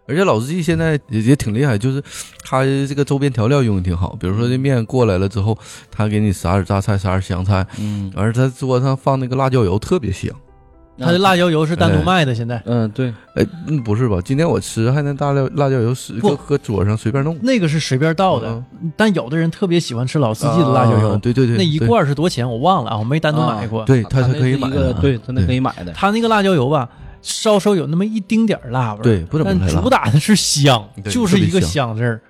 Speaker 4: 而且老司机现在也也挺厉害，就是他这个周边调料用的挺好。比如说
Speaker 2: 嗯
Speaker 4: 这面过来了之后，他给你撒点榨菜，撒点香菜，
Speaker 3: 嗯，
Speaker 4: 完事他桌上放那个辣椒油特别香。
Speaker 2: 它的辣椒油是单独卖的，现在、
Speaker 3: 嗯对，
Speaker 4: 哎，嗯，不是吧？今天我吃还那大料辣椒油是
Speaker 2: 不
Speaker 4: 搁搁桌上随便弄
Speaker 2: 那个是随便倒的，但有的人特别喜欢吃老司机的辣椒油，
Speaker 4: 嗯啊对对对，
Speaker 2: 那一罐是多少钱我忘了啊，我没单独买过。
Speaker 4: 对，对它
Speaker 3: 那
Speaker 4: 可
Speaker 3: 是
Speaker 4: 以
Speaker 3: 一
Speaker 4: 买
Speaker 3: 个
Speaker 4: 的，啊
Speaker 3: 对，它那可以买的，
Speaker 2: 它那个辣椒油吧，稍稍有那么一丁点儿辣味儿，
Speaker 4: 对不怎么
Speaker 2: 但
Speaker 4: 太辣
Speaker 2: 主打的是香，
Speaker 4: 对
Speaker 2: 就是一个
Speaker 4: 特别
Speaker 2: 香字儿，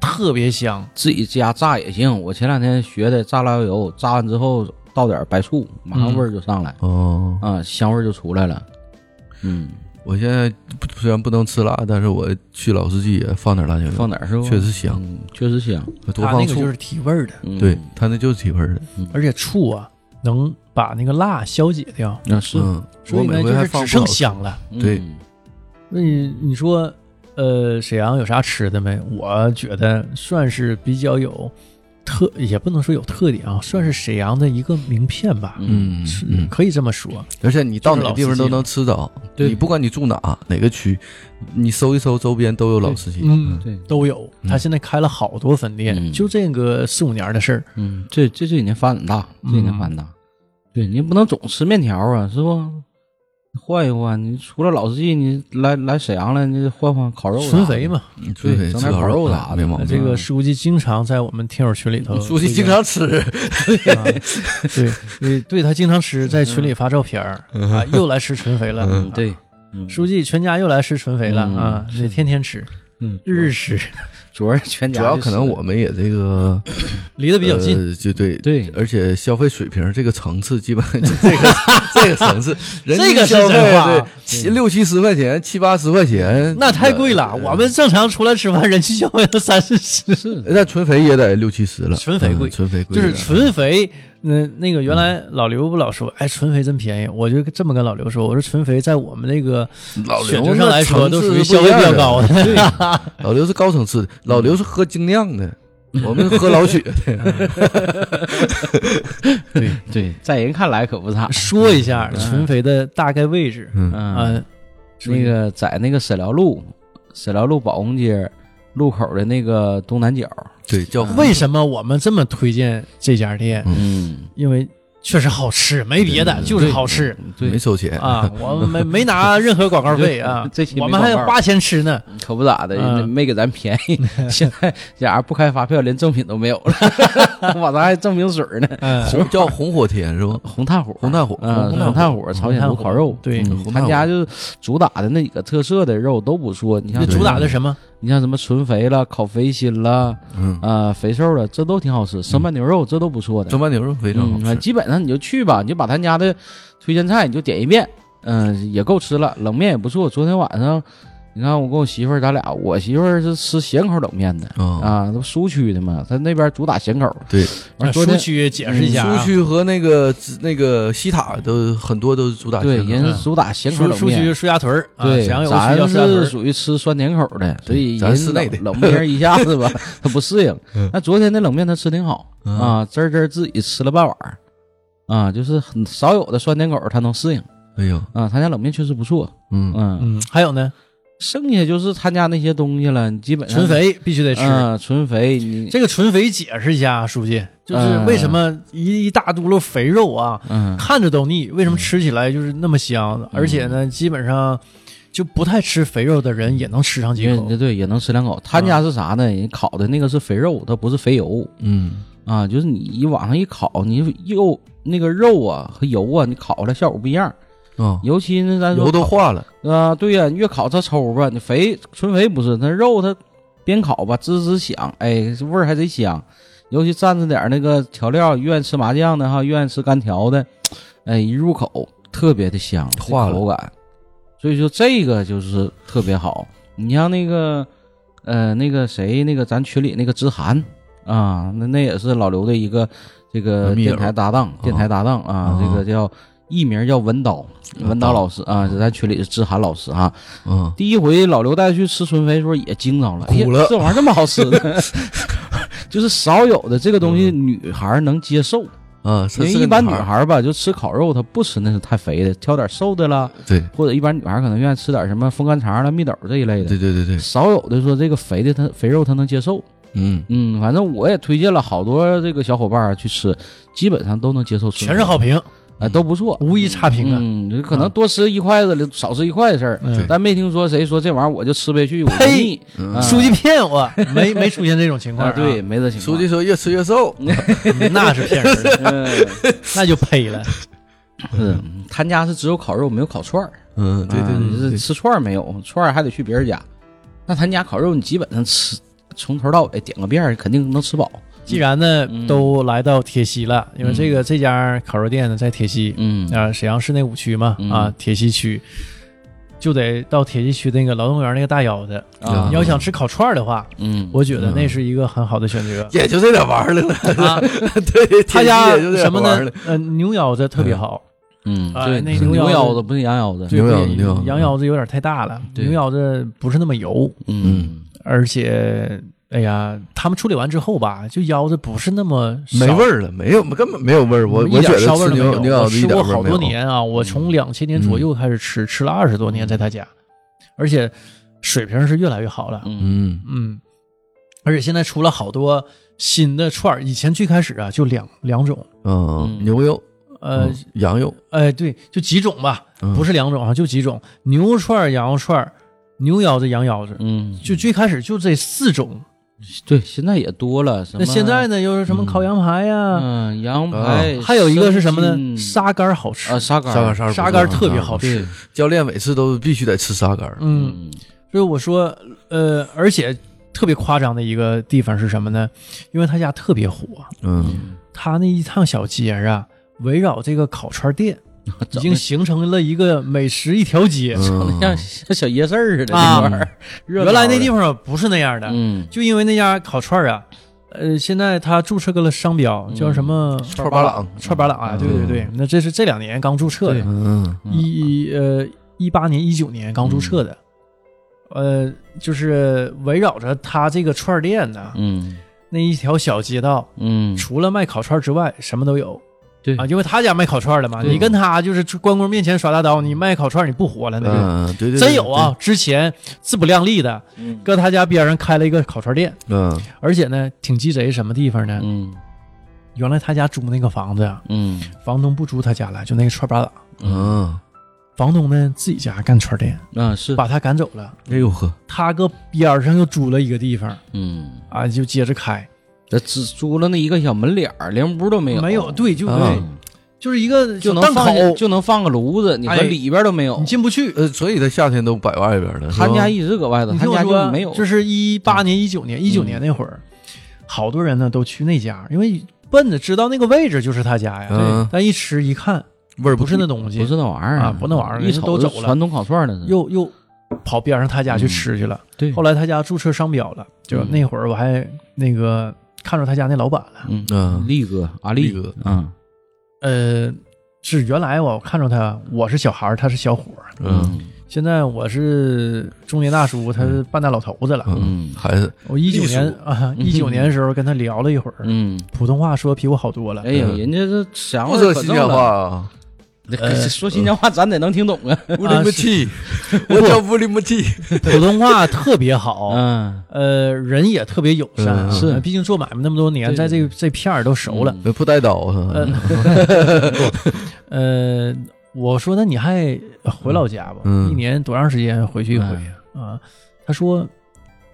Speaker 2: 特别香。
Speaker 3: 自己家榨也行。我前两天学的榨辣椒油，榨完之后倒点白醋，马上
Speaker 2: 嗯
Speaker 3: 味儿就上来，
Speaker 4: 哦，
Speaker 3: 啊，香味儿就出来了。嗯，
Speaker 4: 我现在不虽然不能吃辣，但是我去老司机也放点辣椒油，
Speaker 3: 放哪儿是不？
Speaker 4: 确实香，
Speaker 3: 嗯，确实香。
Speaker 2: 它
Speaker 4: 多
Speaker 2: 那
Speaker 4: 放
Speaker 2: 个
Speaker 4: 醋。
Speaker 2: 就是提味儿的，
Speaker 3: 嗯
Speaker 4: 对，，它那就是提味儿的。
Speaker 2: 而且醋啊能把那个辣消解掉，
Speaker 3: 那是
Speaker 4: 嗯，
Speaker 2: 所
Speaker 4: 我
Speaker 2: 以呢
Speaker 4: 每
Speaker 2: 就
Speaker 4: 回还
Speaker 2: 是
Speaker 4: 放
Speaker 2: 只
Speaker 4: 不
Speaker 2: 剩
Speaker 4: 少
Speaker 2: 香了。
Speaker 4: 对
Speaker 3: 嗯
Speaker 2: 那你你说，呃，沈阳有啥吃的没？我觉得算是比较有特，也不能说有特点啊，算是沈阳的一个名片吧，
Speaker 4: 嗯
Speaker 2: 是
Speaker 4: 嗯，
Speaker 2: 可以这么说。
Speaker 4: 而且你到
Speaker 2: 就是
Speaker 4: 哪个
Speaker 2: 老
Speaker 4: 地方
Speaker 2: 司
Speaker 4: 都
Speaker 2: 机
Speaker 4: 能吃着，
Speaker 3: 对
Speaker 4: 你不管你住哪哪个区，你搜一搜周边都有老司机。
Speaker 2: 嗯，
Speaker 3: 对，
Speaker 2: 都有。他现在开了好多分店，
Speaker 3: 嗯
Speaker 2: 就这个四五年的事儿。
Speaker 3: 嗯，这这这几年发展大，这几年发展大。
Speaker 2: 嗯
Speaker 3: 对你不能总吃面条啊，是不？换一换，你除了老司机，你来来沈阳了，你换换烤肉啥的。
Speaker 2: 纯肥嘛，
Speaker 4: 嗯，对，
Speaker 3: 对
Speaker 4: 吃
Speaker 3: 整点
Speaker 4: 烤
Speaker 3: 烤肉
Speaker 4: 啊
Speaker 3: 啥的
Speaker 4: 没毛
Speaker 3: 嗯
Speaker 2: 这
Speaker 4: 病。
Speaker 2: 个书记经常在我们听友群里头，
Speaker 4: 嗯书记经常吃，
Speaker 2: 啊对对对，他经常吃，在群里发照片儿啊，又来吃纯肥了，
Speaker 3: 嗯，对，
Speaker 2: 书记全家又来吃纯肥了
Speaker 3: 嗯
Speaker 2: 啊，得天天吃，
Speaker 3: 嗯，
Speaker 2: 日日吃，
Speaker 3: 昨儿全家
Speaker 4: <laughs> 主要
Speaker 3: 就
Speaker 4: 可
Speaker 3: 是
Speaker 4: 能我们也这个
Speaker 2: 离得比较近。
Speaker 4: 呃就对
Speaker 3: 对
Speaker 4: 而且消费水平这个层次，基本上就这个这个层
Speaker 2: <laughs>
Speaker 4: 次，人均
Speaker 2: 这个是
Speaker 4: 消费
Speaker 2: 真话
Speaker 4: 对七六七十块钱，七八十块钱，
Speaker 2: 那太贵了，我们正常出来吃饭，人均消费都三四十，
Speaker 3: 是
Speaker 4: 那纯肥也得六七十了，
Speaker 2: 纯肥贵
Speaker 4: 嗯纯肥贵
Speaker 2: 就
Speaker 4: 了，
Speaker 2: 是纯肥。那那个原来老刘不老说，哎，纯肥真便宜。我就这么跟老刘说，我说纯肥在我们那个
Speaker 4: 老
Speaker 2: 选
Speaker 4: 刘
Speaker 2: 择上
Speaker 4: 那
Speaker 2: 来说
Speaker 4: 层
Speaker 2: 都
Speaker 4: 次
Speaker 2: 属于
Speaker 4: 是不
Speaker 2: 消
Speaker 4: 一
Speaker 2: 费
Speaker 4: 样
Speaker 2: 比较高的。 <laughs>
Speaker 4: 对，老刘是高层次的，老刘是喝精酿的，我们喝
Speaker 2: <laughs>
Speaker 4: 老雪的。
Speaker 3: 对对，在人看来可不差。
Speaker 2: 说一下纯肥的大概位置，
Speaker 4: 嗯
Speaker 2: 啊
Speaker 3: 嗯，，那个在那个沈辽路、沈辽路宝红街路口的那个东南角，
Speaker 4: 对，叫
Speaker 2: 为什么我们这么推荐这家店？
Speaker 3: 嗯，
Speaker 2: 因为确实好吃，没别的，就是好吃
Speaker 4: 没
Speaker 3: 对，，
Speaker 4: 收钱
Speaker 2: 啊！我们没没拿任何广告费啊
Speaker 3: <laughs> 这期没
Speaker 2: 我们还
Speaker 3: 广告
Speaker 2: 花钱吃呢。
Speaker 3: 可不咋的，
Speaker 2: 嗯
Speaker 3: 没给咱便
Speaker 4: <laughs>
Speaker 3: 宜。现在这家不开发票，连赠品都没有了， <laughs> 我咱还赠瓶水呢。 <laughs>
Speaker 2: 嗯，
Speaker 4: 红叫红火天是吧？
Speaker 3: 红炭火，
Speaker 4: 红炭火
Speaker 3: 嗯，
Speaker 4: 红炭火
Speaker 3: 红炭火，朝
Speaker 2: 红
Speaker 3: 鲜
Speaker 2: 炭
Speaker 3: 族
Speaker 2: 火
Speaker 3: 烤肉，
Speaker 2: 对
Speaker 3: 嗯
Speaker 4: 红炭
Speaker 3: 他
Speaker 4: 火
Speaker 3: 家就主打的那几个特色的肉都不错。你像
Speaker 2: 那主打的什么？
Speaker 3: 你像什么纯肥了、烤肥心了、
Speaker 4: 嗯，
Speaker 3: 啊肥瘦了，这都挺好吃。生拌牛肉这都不错的，
Speaker 4: 蒸拌牛肉非常好
Speaker 3: 嗯，
Speaker 4: 吃。
Speaker 3: 基本上你就去吧，你就把他家的推荐菜你就点一遍，嗯，也够吃了。冷面也不错，昨天晚上。你看，我跟我媳妇儿，咱俩，我媳妇儿是吃咸口冷面的、
Speaker 4: 哦
Speaker 3: 啊，都苏区的嘛，她那边主打咸口。
Speaker 4: 对，
Speaker 3: 完昨
Speaker 2: 苏
Speaker 3: 天
Speaker 2: 区啊解释一下
Speaker 3: 嗯
Speaker 2: 啊
Speaker 4: 苏，区和那个那个西塔都很多都是主打
Speaker 3: 对，
Speaker 4: 啊咸口
Speaker 3: 人是主打咸口
Speaker 2: 苏
Speaker 3: 冷
Speaker 2: 苏
Speaker 3: 面。
Speaker 2: 区苏家屯儿，啊
Speaker 3: 对，
Speaker 2: 沈阳有个区叫
Speaker 3: 咱
Speaker 2: 苏家屯
Speaker 3: 是
Speaker 2: 儿。
Speaker 3: 属于吃酸甜口的，所以
Speaker 4: 咱
Speaker 3: 人
Speaker 4: 室内的
Speaker 3: 冷冷面一下子吧， <laughs> 他不适应。那昨天那冷面他吃挺好
Speaker 4: 嗯
Speaker 3: 啊，滋儿滋儿自己吃了半碗儿啊，就是很少有的酸甜口他能适应
Speaker 4: 哎呦，
Speaker 3: 啊。他家冷面确实不错，
Speaker 4: 嗯，
Speaker 3: 嗯，
Speaker 2: 嗯，还有呢，
Speaker 3: 剩下就是他家那些东西了，你基本上
Speaker 2: 纯肥必须得吃。
Speaker 3: 啊，纯肥你
Speaker 2: 这个纯肥解释一下啊，书记，就是
Speaker 3: 嗯
Speaker 2: 为什么一一大嘟噜肥肉啊，
Speaker 3: 嗯
Speaker 2: 看着都腻，为什么吃起来就是那么香？而且呢，基本上就不太吃肥肉的人也能吃上几
Speaker 3: 因
Speaker 2: 口
Speaker 3: 为。对也能吃两口。他家是啥呢？人烤的那个是肥肉，它不是肥油。
Speaker 4: 嗯，
Speaker 3: 啊，就是你一往上一烤，你肉那个肉啊和油啊，你烤出来效果不一样。
Speaker 4: 啊，
Speaker 3: 尤其那咱说
Speaker 4: 油都化了，
Speaker 3: 啊，对呀、你越烤它抽吧，你肥纯肥不是，它肉它边烤吧滋滋响，哎，这味儿还贼香。尤其蘸着点儿那个调料，愿意吃麻酱的哈，愿意吃干条的，哎，一入口特别的香，这
Speaker 4: 化了
Speaker 3: 口感。所以说这个就是特别好。你像那个，呃，那个谁，那个咱群里那个知涵啊，那那也是老刘的一个这个
Speaker 4: 密友
Speaker 3: 电台搭档，电台搭档啊，这个叫艺名叫文刀，文刀老师啊，在咱群里是知涵老师哈、
Speaker 4: 嗯，
Speaker 3: 第一回老刘带去吃纯肥的时候也惊着了，哎呀
Speaker 4: 哭了
Speaker 3: 这玩意儿这么好吃呢， <laughs> 就是少有的这个东西女孩儿能接受，因
Speaker 4: 啊，嗯是
Speaker 3: 为
Speaker 4: 是个
Speaker 3: 一般
Speaker 4: 女
Speaker 3: 女
Speaker 4: 孩儿
Speaker 3: 孩儿吧就吃烤肉，她不吃那是太肥的，挑点瘦的啦，
Speaker 4: 对
Speaker 3: 或者一般女孩儿可能愿意吃点什么风干肠啦、蜜豆这一类的
Speaker 4: 对。对对对，
Speaker 3: 少有的说这个肥的她肥肉她能接受，
Speaker 4: 嗯，
Speaker 3: 嗯，反正我也推荐了好多这个小伙伴儿去吃，基本上都能接受吃，
Speaker 2: 全是好评，
Speaker 3: 哎，都不错，
Speaker 2: 无一差评啊！
Speaker 3: 嗯，可能多吃一筷子，少吃一块的事
Speaker 4: 哎
Speaker 3: 儿，
Speaker 2: 嗯
Speaker 3: 但没听说谁说这玩意儿我就吃不下
Speaker 4: <laughs>
Speaker 3: 去，我就
Speaker 2: 呸
Speaker 3: 腻。
Speaker 4: 嗯
Speaker 3: 啊
Speaker 2: 书记骗
Speaker 3: <laughs>
Speaker 2: 我，没没出现这种情况
Speaker 3: 啊，
Speaker 2: 啊，
Speaker 3: 对，没这情
Speaker 4: 书
Speaker 3: 况。 <laughs>
Speaker 4: 记说越吃越瘦，
Speaker 2: 嗯那是骗人的，
Speaker 3: 嗯，
Speaker 2: 那就呸了。
Speaker 3: 是嗯他家是只有烤肉，没有烤串儿。
Speaker 4: 嗯，对
Speaker 3: 啊
Speaker 4: 对
Speaker 3: 你
Speaker 4: 对
Speaker 3: 是
Speaker 4: 对，
Speaker 3: 吃串儿没有？串儿还得去别人家。那他家烤肉，你基本上吃从头到尾点个遍儿，肯定能吃饱。
Speaker 2: 既然呢
Speaker 3: 嗯
Speaker 2: 都来到铁西了，因为这个这家烤肉店呢在铁西，
Speaker 3: 嗯
Speaker 2: 啊，沈阳市内五区嘛，
Speaker 3: 嗯
Speaker 2: 啊，铁西区。就得到铁西区那个劳动园那个大腰子。
Speaker 3: 啊
Speaker 2: 你要想吃烤串儿的话，
Speaker 3: 嗯，
Speaker 2: 我觉得那是一个很好的选择。
Speaker 4: 也就这点玩儿的了，
Speaker 2: 啊，
Speaker 4: 对，
Speaker 2: <laughs> 他
Speaker 4: 天气
Speaker 2: 家
Speaker 4: 嗯 <laughs> 也就这
Speaker 2: 什
Speaker 4: 点
Speaker 2: 么
Speaker 4: 玩儿
Speaker 2: 呢
Speaker 4: 了，？
Speaker 2: 呃，牛腰子特别好，
Speaker 3: 嗯，
Speaker 2: 啊
Speaker 3: 对，
Speaker 2: 那
Speaker 3: 是
Speaker 2: 牛
Speaker 3: 牛
Speaker 2: 腰
Speaker 3: 腰
Speaker 2: 子
Speaker 3: 子不是羊腰子。
Speaker 2: 对
Speaker 4: 牛腰子
Speaker 2: 对
Speaker 4: 牛腰子
Speaker 2: 羊腰子有点太大了，
Speaker 4: 对
Speaker 2: 牛腰子不是那么油，
Speaker 3: 嗯，
Speaker 2: 而且，哎呀，他们处理完之后吧，就腰子不是那么少
Speaker 4: 没味，儿了，没有，根本没有味儿。我
Speaker 2: 一
Speaker 4: 我觉
Speaker 2: 点
Speaker 4: 得
Speaker 2: 骚味
Speaker 4: 吃
Speaker 2: 儿都没
Speaker 4: 牛
Speaker 2: 有。
Speaker 4: 牛腰
Speaker 2: 我
Speaker 4: 子一
Speaker 2: 吃
Speaker 4: 点
Speaker 2: 过
Speaker 4: 味儿
Speaker 2: 好
Speaker 4: 没
Speaker 2: 多
Speaker 4: 有。嗯
Speaker 2: 年啊，我从两千年左右开始吃，吃了二十多年，在他家，而且水平是越来越好了。
Speaker 3: 嗯
Speaker 4: 嗯，
Speaker 2: 嗯，而且现在出了好多新的串儿，以前最开始啊就两两种，
Speaker 4: 嗯，
Speaker 3: 嗯
Speaker 4: 牛肉，
Speaker 2: 呃
Speaker 4: 嗯，羊肉，
Speaker 2: 哎，对，就几种吧，
Speaker 4: 嗯
Speaker 2: 不是两种啊，就几种牛串儿、羊肉串儿、牛腰子、羊腰子，
Speaker 3: 嗯，
Speaker 2: 就最开始就这四种。
Speaker 3: 对，现在也多了。什
Speaker 2: 那
Speaker 3: 么
Speaker 2: 现在？呢，又是什么烤羊排呀，
Speaker 3: 嗯，羊排，
Speaker 2: 还有一个是什么呢？
Speaker 3: 生津
Speaker 2: 沙干儿好吃
Speaker 3: 啊，，沙干
Speaker 4: 沙
Speaker 3: 儿
Speaker 4: 干，沙
Speaker 2: 沙干儿特别好
Speaker 3: 对
Speaker 2: 吃。，
Speaker 4: 教练每次都必须得吃沙干儿。
Speaker 2: 嗯，，所以我说，呃，而且特别夸张的一个地方是什么呢？因为他家特别火，
Speaker 4: 嗯，
Speaker 2: 他那一趟小街儿啊，围绕这个烤串
Speaker 3: <laughs>
Speaker 2: 店，已经形成了一个美食一条 <laughs>
Speaker 4: 嗯
Speaker 2: 街。
Speaker 3: 长得像像小夜市儿似的
Speaker 2: 啊
Speaker 3: 那块儿，热闹
Speaker 2: 原来那地
Speaker 3: 的，
Speaker 2: 方啊不是那样的，
Speaker 3: 嗯，
Speaker 2: 就因为那家烤串儿啊，呃，现在他注册了商标，叫什么
Speaker 4: 串儿巴朗，
Speaker 2: 串巴朗啊？对对对，那这是这两年刚注册的，
Speaker 4: 嗯
Speaker 3: 嗯
Speaker 2: 一呃一八年一九年刚注册的，呃，就是围绕着他这个串儿店呢，
Speaker 3: 嗯
Speaker 2: 那一条小街道，
Speaker 3: 嗯，
Speaker 2: 除了卖烤串儿之外，什么都有。
Speaker 3: 对
Speaker 2: 啊，因为他家卖烤串儿了嘛，
Speaker 3: 对
Speaker 2: 你跟他就是关公面前耍大刀，你卖烤串儿你不活了那就。
Speaker 4: 嗯，对对，对
Speaker 2: 真有啊！，之前自不量力的，搁他家边上开了一个烤串店，
Speaker 4: 对嗯
Speaker 2: 而且呢，挺鸡贼什么地方呢？
Speaker 3: 嗯
Speaker 2: 原来他家租那个房子啊，
Speaker 3: 嗯
Speaker 2: 房东不租他家了，就那个串儿吧档，
Speaker 4: 嗯，
Speaker 2: 房东呢自己家干串儿店，
Speaker 3: 啊是，
Speaker 2: 把他赶走了。
Speaker 4: 哎呦呵，
Speaker 2: 他搁边儿上又租了一个地方
Speaker 3: 嗯，
Speaker 2: 啊，就接着开，
Speaker 3: 这只租了那一个小门脸儿，连屋都没有，嗯
Speaker 2: 没有，对，就对，
Speaker 4: 啊
Speaker 2: 就是一个小
Speaker 3: 就能
Speaker 2: 档
Speaker 3: 放
Speaker 2: 口，
Speaker 3: 就能放个炉子，你
Speaker 2: 哎
Speaker 3: 和里边都没有
Speaker 2: 你。进不去。
Speaker 4: 呃，所以他夏天都摆外边了。是吧
Speaker 3: 他家一直搁外头，
Speaker 2: 你
Speaker 3: 他
Speaker 2: 听我
Speaker 3: 家
Speaker 2: 说，啊
Speaker 3: 就没有，嗯
Speaker 2: 就是一八年、一九年、一九年那会儿，好多人呢都去那家，因为奔着知道那个位置就是他家呀。
Speaker 4: 嗯
Speaker 2: 但一吃一看，
Speaker 4: 味儿
Speaker 2: 不
Speaker 4: 不
Speaker 2: 是那东西，
Speaker 3: 不是那玩意儿
Speaker 2: 啊不那玩意儿
Speaker 3: 一瞅
Speaker 2: 人都
Speaker 3: 就
Speaker 2: 走了
Speaker 3: 传统烤串儿那是。
Speaker 2: 又又跑边上他家
Speaker 3: 嗯
Speaker 2: 去吃去了。
Speaker 3: 对，
Speaker 2: 后来他家注册商标了，就
Speaker 3: 嗯
Speaker 2: 那会儿我还那个看着他家那老板了，
Speaker 3: 嗯
Speaker 4: 嗯
Speaker 3: 力哥阿力
Speaker 4: 力哥
Speaker 3: 嗯
Speaker 2: 呃，是原来我看着他，我是小孩儿，他是小伙儿。
Speaker 4: 嗯
Speaker 2: 现在我是中年大叔，他是半大老头子了。
Speaker 4: 嗯，还是
Speaker 2: 我一九年啊，一九年的时候跟他聊了一会儿，
Speaker 3: 嗯，
Speaker 2: 普通话说比我好多了
Speaker 3: 哎。呀，人家这想
Speaker 4: 不说新疆话，啊，
Speaker 3: 这说新疆话咱得能听懂啊。
Speaker 4: 乌里
Speaker 2: <laughs>
Speaker 4: 木齐，我叫乌里木齐。
Speaker 2: <laughs> 普通话特别好，
Speaker 3: <laughs> 嗯，
Speaker 2: 呃，人也特别友善啊，
Speaker 4: 嗯
Speaker 3: 是
Speaker 2: 毕竟做买卖那么多年，
Speaker 3: 对
Speaker 2: 在这这片儿都熟了。
Speaker 4: 不带刀啊是吧？
Speaker 2: 呃，
Speaker 3: 嗯
Speaker 2: 我说那你还回老家吧？
Speaker 4: 嗯
Speaker 2: 一年多长时间
Speaker 3: 嗯
Speaker 2: 回去一回呀？啊，他说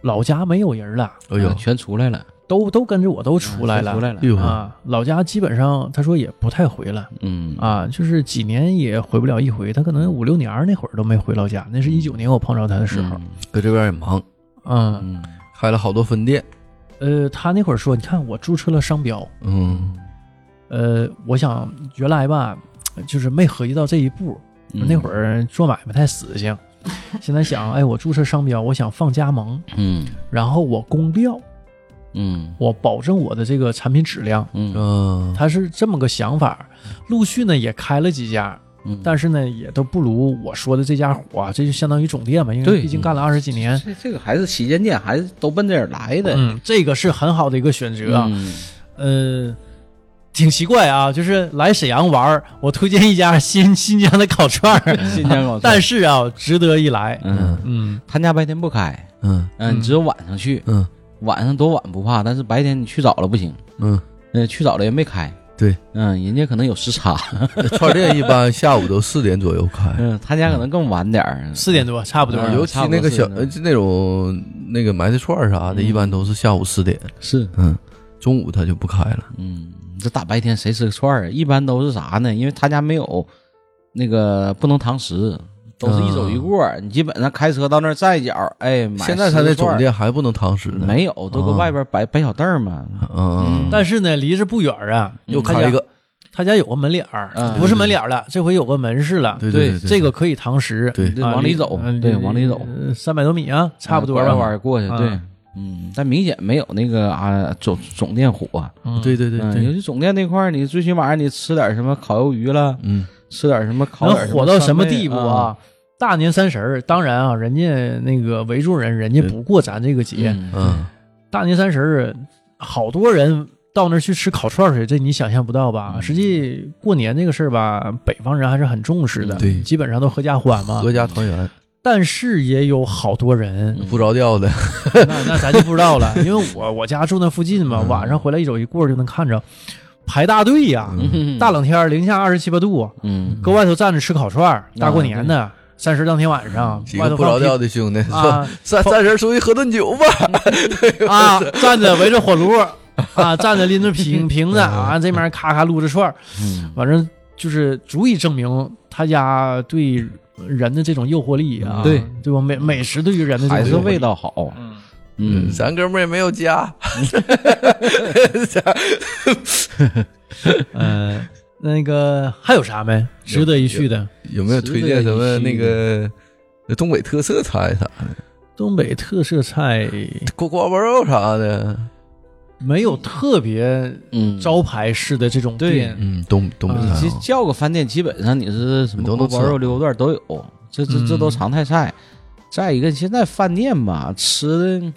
Speaker 2: 老家没有人了，
Speaker 4: 哎呦，
Speaker 3: 嗯全出来了，
Speaker 2: 都都跟着我都嗯出来了，
Speaker 3: 嗯出来了
Speaker 4: 哎，呦，
Speaker 2: 啊，老家基本上他说也不太回了
Speaker 3: 嗯，
Speaker 2: 啊，就是几年也回不了一回，他可能五六年儿那会儿都没回老家，那是一九年我碰着他的时候，
Speaker 4: 搁这边也忙，
Speaker 2: 嗯，
Speaker 3: 嗯，
Speaker 4: 开了好多分店，
Speaker 2: 呃，他那会儿说，你看我注册了商标，
Speaker 4: 嗯，
Speaker 2: 呃，我想原来吧，就是没合计到这一步，
Speaker 3: 嗯
Speaker 2: 那会，儿做买卖太死
Speaker 3: <laughs>
Speaker 2: 性，现在想，哎，我注册商标，我想放加盟，
Speaker 3: 嗯
Speaker 2: 然后我供料，
Speaker 3: 嗯
Speaker 2: 我保证我的这个产品质量，
Speaker 3: 嗯
Speaker 4: 嗯，
Speaker 2: 他是这么个想法。陆续呢也开了几家，
Speaker 3: 嗯，
Speaker 2: 但
Speaker 3: 是
Speaker 2: 是呢也都不如我说的这家火、啊，这就相当于总店嘛，因为
Speaker 3: 对
Speaker 2: 毕竟干了二十几年。
Speaker 3: 这这个还是旗舰店，还是都奔这儿来的，
Speaker 2: 嗯，这个是很好的一个选择啊。
Speaker 3: 嗯
Speaker 2: 呃，挺奇怪啊，就是来沈阳玩儿，我推荐一家新新疆的烤串儿，
Speaker 3: <laughs> 新疆烤串
Speaker 2: 但是啊，值得一来。
Speaker 3: 哦嗯，
Speaker 2: 嗯，
Speaker 3: 他家白天不开，
Speaker 4: 嗯，
Speaker 3: 嗯，你只有晚上去，
Speaker 4: 嗯，
Speaker 3: 晚上多晚不怕，但是白天你去早了不行，
Speaker 4: 嗯，
Speaker 3: 呃，去早了也没开，
Speaker 4: 对，
Speaker 3: 嗯，人家可能有时差，
Speaker 4: 串店一般下午都四点左右开，
Speaker 3: 嗯，他家可能更晚点儿，
Speaker 2: 四点多啊差不多。
Speaker 3: 嗯
Speaker 4: 尤其
Speaker 3: 差不多
Speaker 4: 那个小
Speaker 3: 是
Speaker 4: 呃就那种那个埋汰串儿啥的，
Speaker 3: 嗯
Speaker 4: 一般都是下午四点，
Speaker 3: 是，
Speaker 4: 嗯，中午他就不开了。
Speaker 3: 嗯，这大白天谁吃个串儿啊？一般都是啥呢？因为他家没有那个不能堂食，都是一走一过，你基本上开车到那儿站一脚，哎，买
Speaker 4: 啊现在他那
Speaker 3: 十个串
Speaker 4: 总
Speaker 3: 儿
Speaker 4: 店还不能堂食呢，
Speaker 3: 没有，都搁
Speaker 4: 啊
Speaker 3: 外边摆摆小凳儿嘛，
Speaker 4: 嗯，嗯，
Speaker 2: 但是呢，离这不远儿啊，
Speaker 4: 又
Speaker 2: 他
Speaker 4: 嗯开
Speaker 2: 家
Speaker 4: 一个，
Speaker 2: 他家有个门脸儿
Speaker 3: 嗯，
Speaker 2: 不是门脸儿了，这回有个门市了。
Speaker 4: 对对，
Speaker 2: 这个可以堂食，
Speaker 4: 对
Speaker 3: 对往里走
Speaker 2: 啊
Speaker 3: 对往里走
Speaker 2: 三百多米啊，差不多
Speaker 3: 拐
Speaker 2: 吧。
Speaker 3: 着弯儿过去，
Speaker 2: 啊
Speaker 3: 对。嗯，但明显没有那个啊总总店火、
Speaker 2: 嗯
Speaker 4: 对对对
Speaker 3: 嗯，尤
Speaker 4: 对，
Speaker 3: 其总店那块儿，你最起码你吃点什么烤鱿鱼了，
Speaker 4: 嗯，
Speaker 3: 吃点什么烤
Speaker 2: 能
Speaker 3: 点
Speaker 2: 火到什么地步
Speaker 3: 扇贝
Speaker 2: 啊？？大年三十儿，当然啊，人家那个维族人，人家不过咱这个节，
Speaker 4: 嗯，
Speaker 2: 大年三十儿，好多人到那儿去吃烤串儿去，这你想象不到吧？
Speaker 3: 嗯
Speaker 2: 实际过年这个事儿吧，北方人还是很重视的，
Speaker 4: 对
Speaker 2: 基本上都合家欢嘛
Speaker 4: 合。家团圆，
Speaker 2: 但是也有好多人，
Speaker 4: 不着调的，
Speaker 3: 嗯
Speaker 2: 那那咱就不知道了，因为我我家住那附近嘛，
Speaker 4: 嗯
Speaker 2: 晚上回来一走一过就能看着排大队呀、
Speaker 3: 嗯，
Speaker 2: 大冷天儿零下二十七八度，
Speaker 3: 嗯，
Speaker 2: 搁外头站着吃烤串儿，
Speaker 3: 嗯
Speaker 2: 大过年的三十当天晚上，
Speaker 4: 几
Speaker 2: 外
Speaker 4: 个
Speaker 2: 头
Speaker 4: 嗯不
Speaker 2: 放
Speaker 4: 着
Speaker 2: 屁
Speaker 4: 调的兄弟，说
Speaker 2: 啊
Speaker 4: 三三十出去喝顿酒吧，
Speaker 2: 啊，站着围着火炉啊，站着拎着瓶瓶子啊，这面咔咔撸着串儿，
Speaker 3: 嗯
Speaker 2: 反正就是足以证明他家对人的这种诱惑力啊，
Speaker 3: 对
Speaker 2: 对吧？美美食对于人的这种
Speaker 3: 还是
Speaker 2: 诱惑力
Speaker 3: 味，道好，
Speaker 2: 嗯，
Speaker 3: 嗯，
Speaker 4: 咱哥们儿也没有家，
Speaker 2: 呃，那个还有啥没值得一去的？
Speaker 4: <laughs> 有没有推荐什么那个东北特色菜啥的，
Speaker 2: 东北特色菜
Speaker 4: 锅锅包肉啥的？
Speaker 2: 没有特别
Speaker 3: 嗯，
Speaker 2: 招牌式的这种
Speaker 3: 对
Speaker 2: 店，
Speaker 4: 嗯，东东北
Speaker 2: 啊
Speaker 4: 菜
Speaker 3: 其
Speaker 4: 啊
Speaker 3: 实叫个饭店，基本上你是什么
Speaker 4: 你都能
Speaker 3: 锅包肉、
Speaker 4: 吃
Speaker 3: 溜段都有，这这这
Speaker 2: 嗯
Speaker 3: 都常态菜。再一个，现在饭店吧，吃的，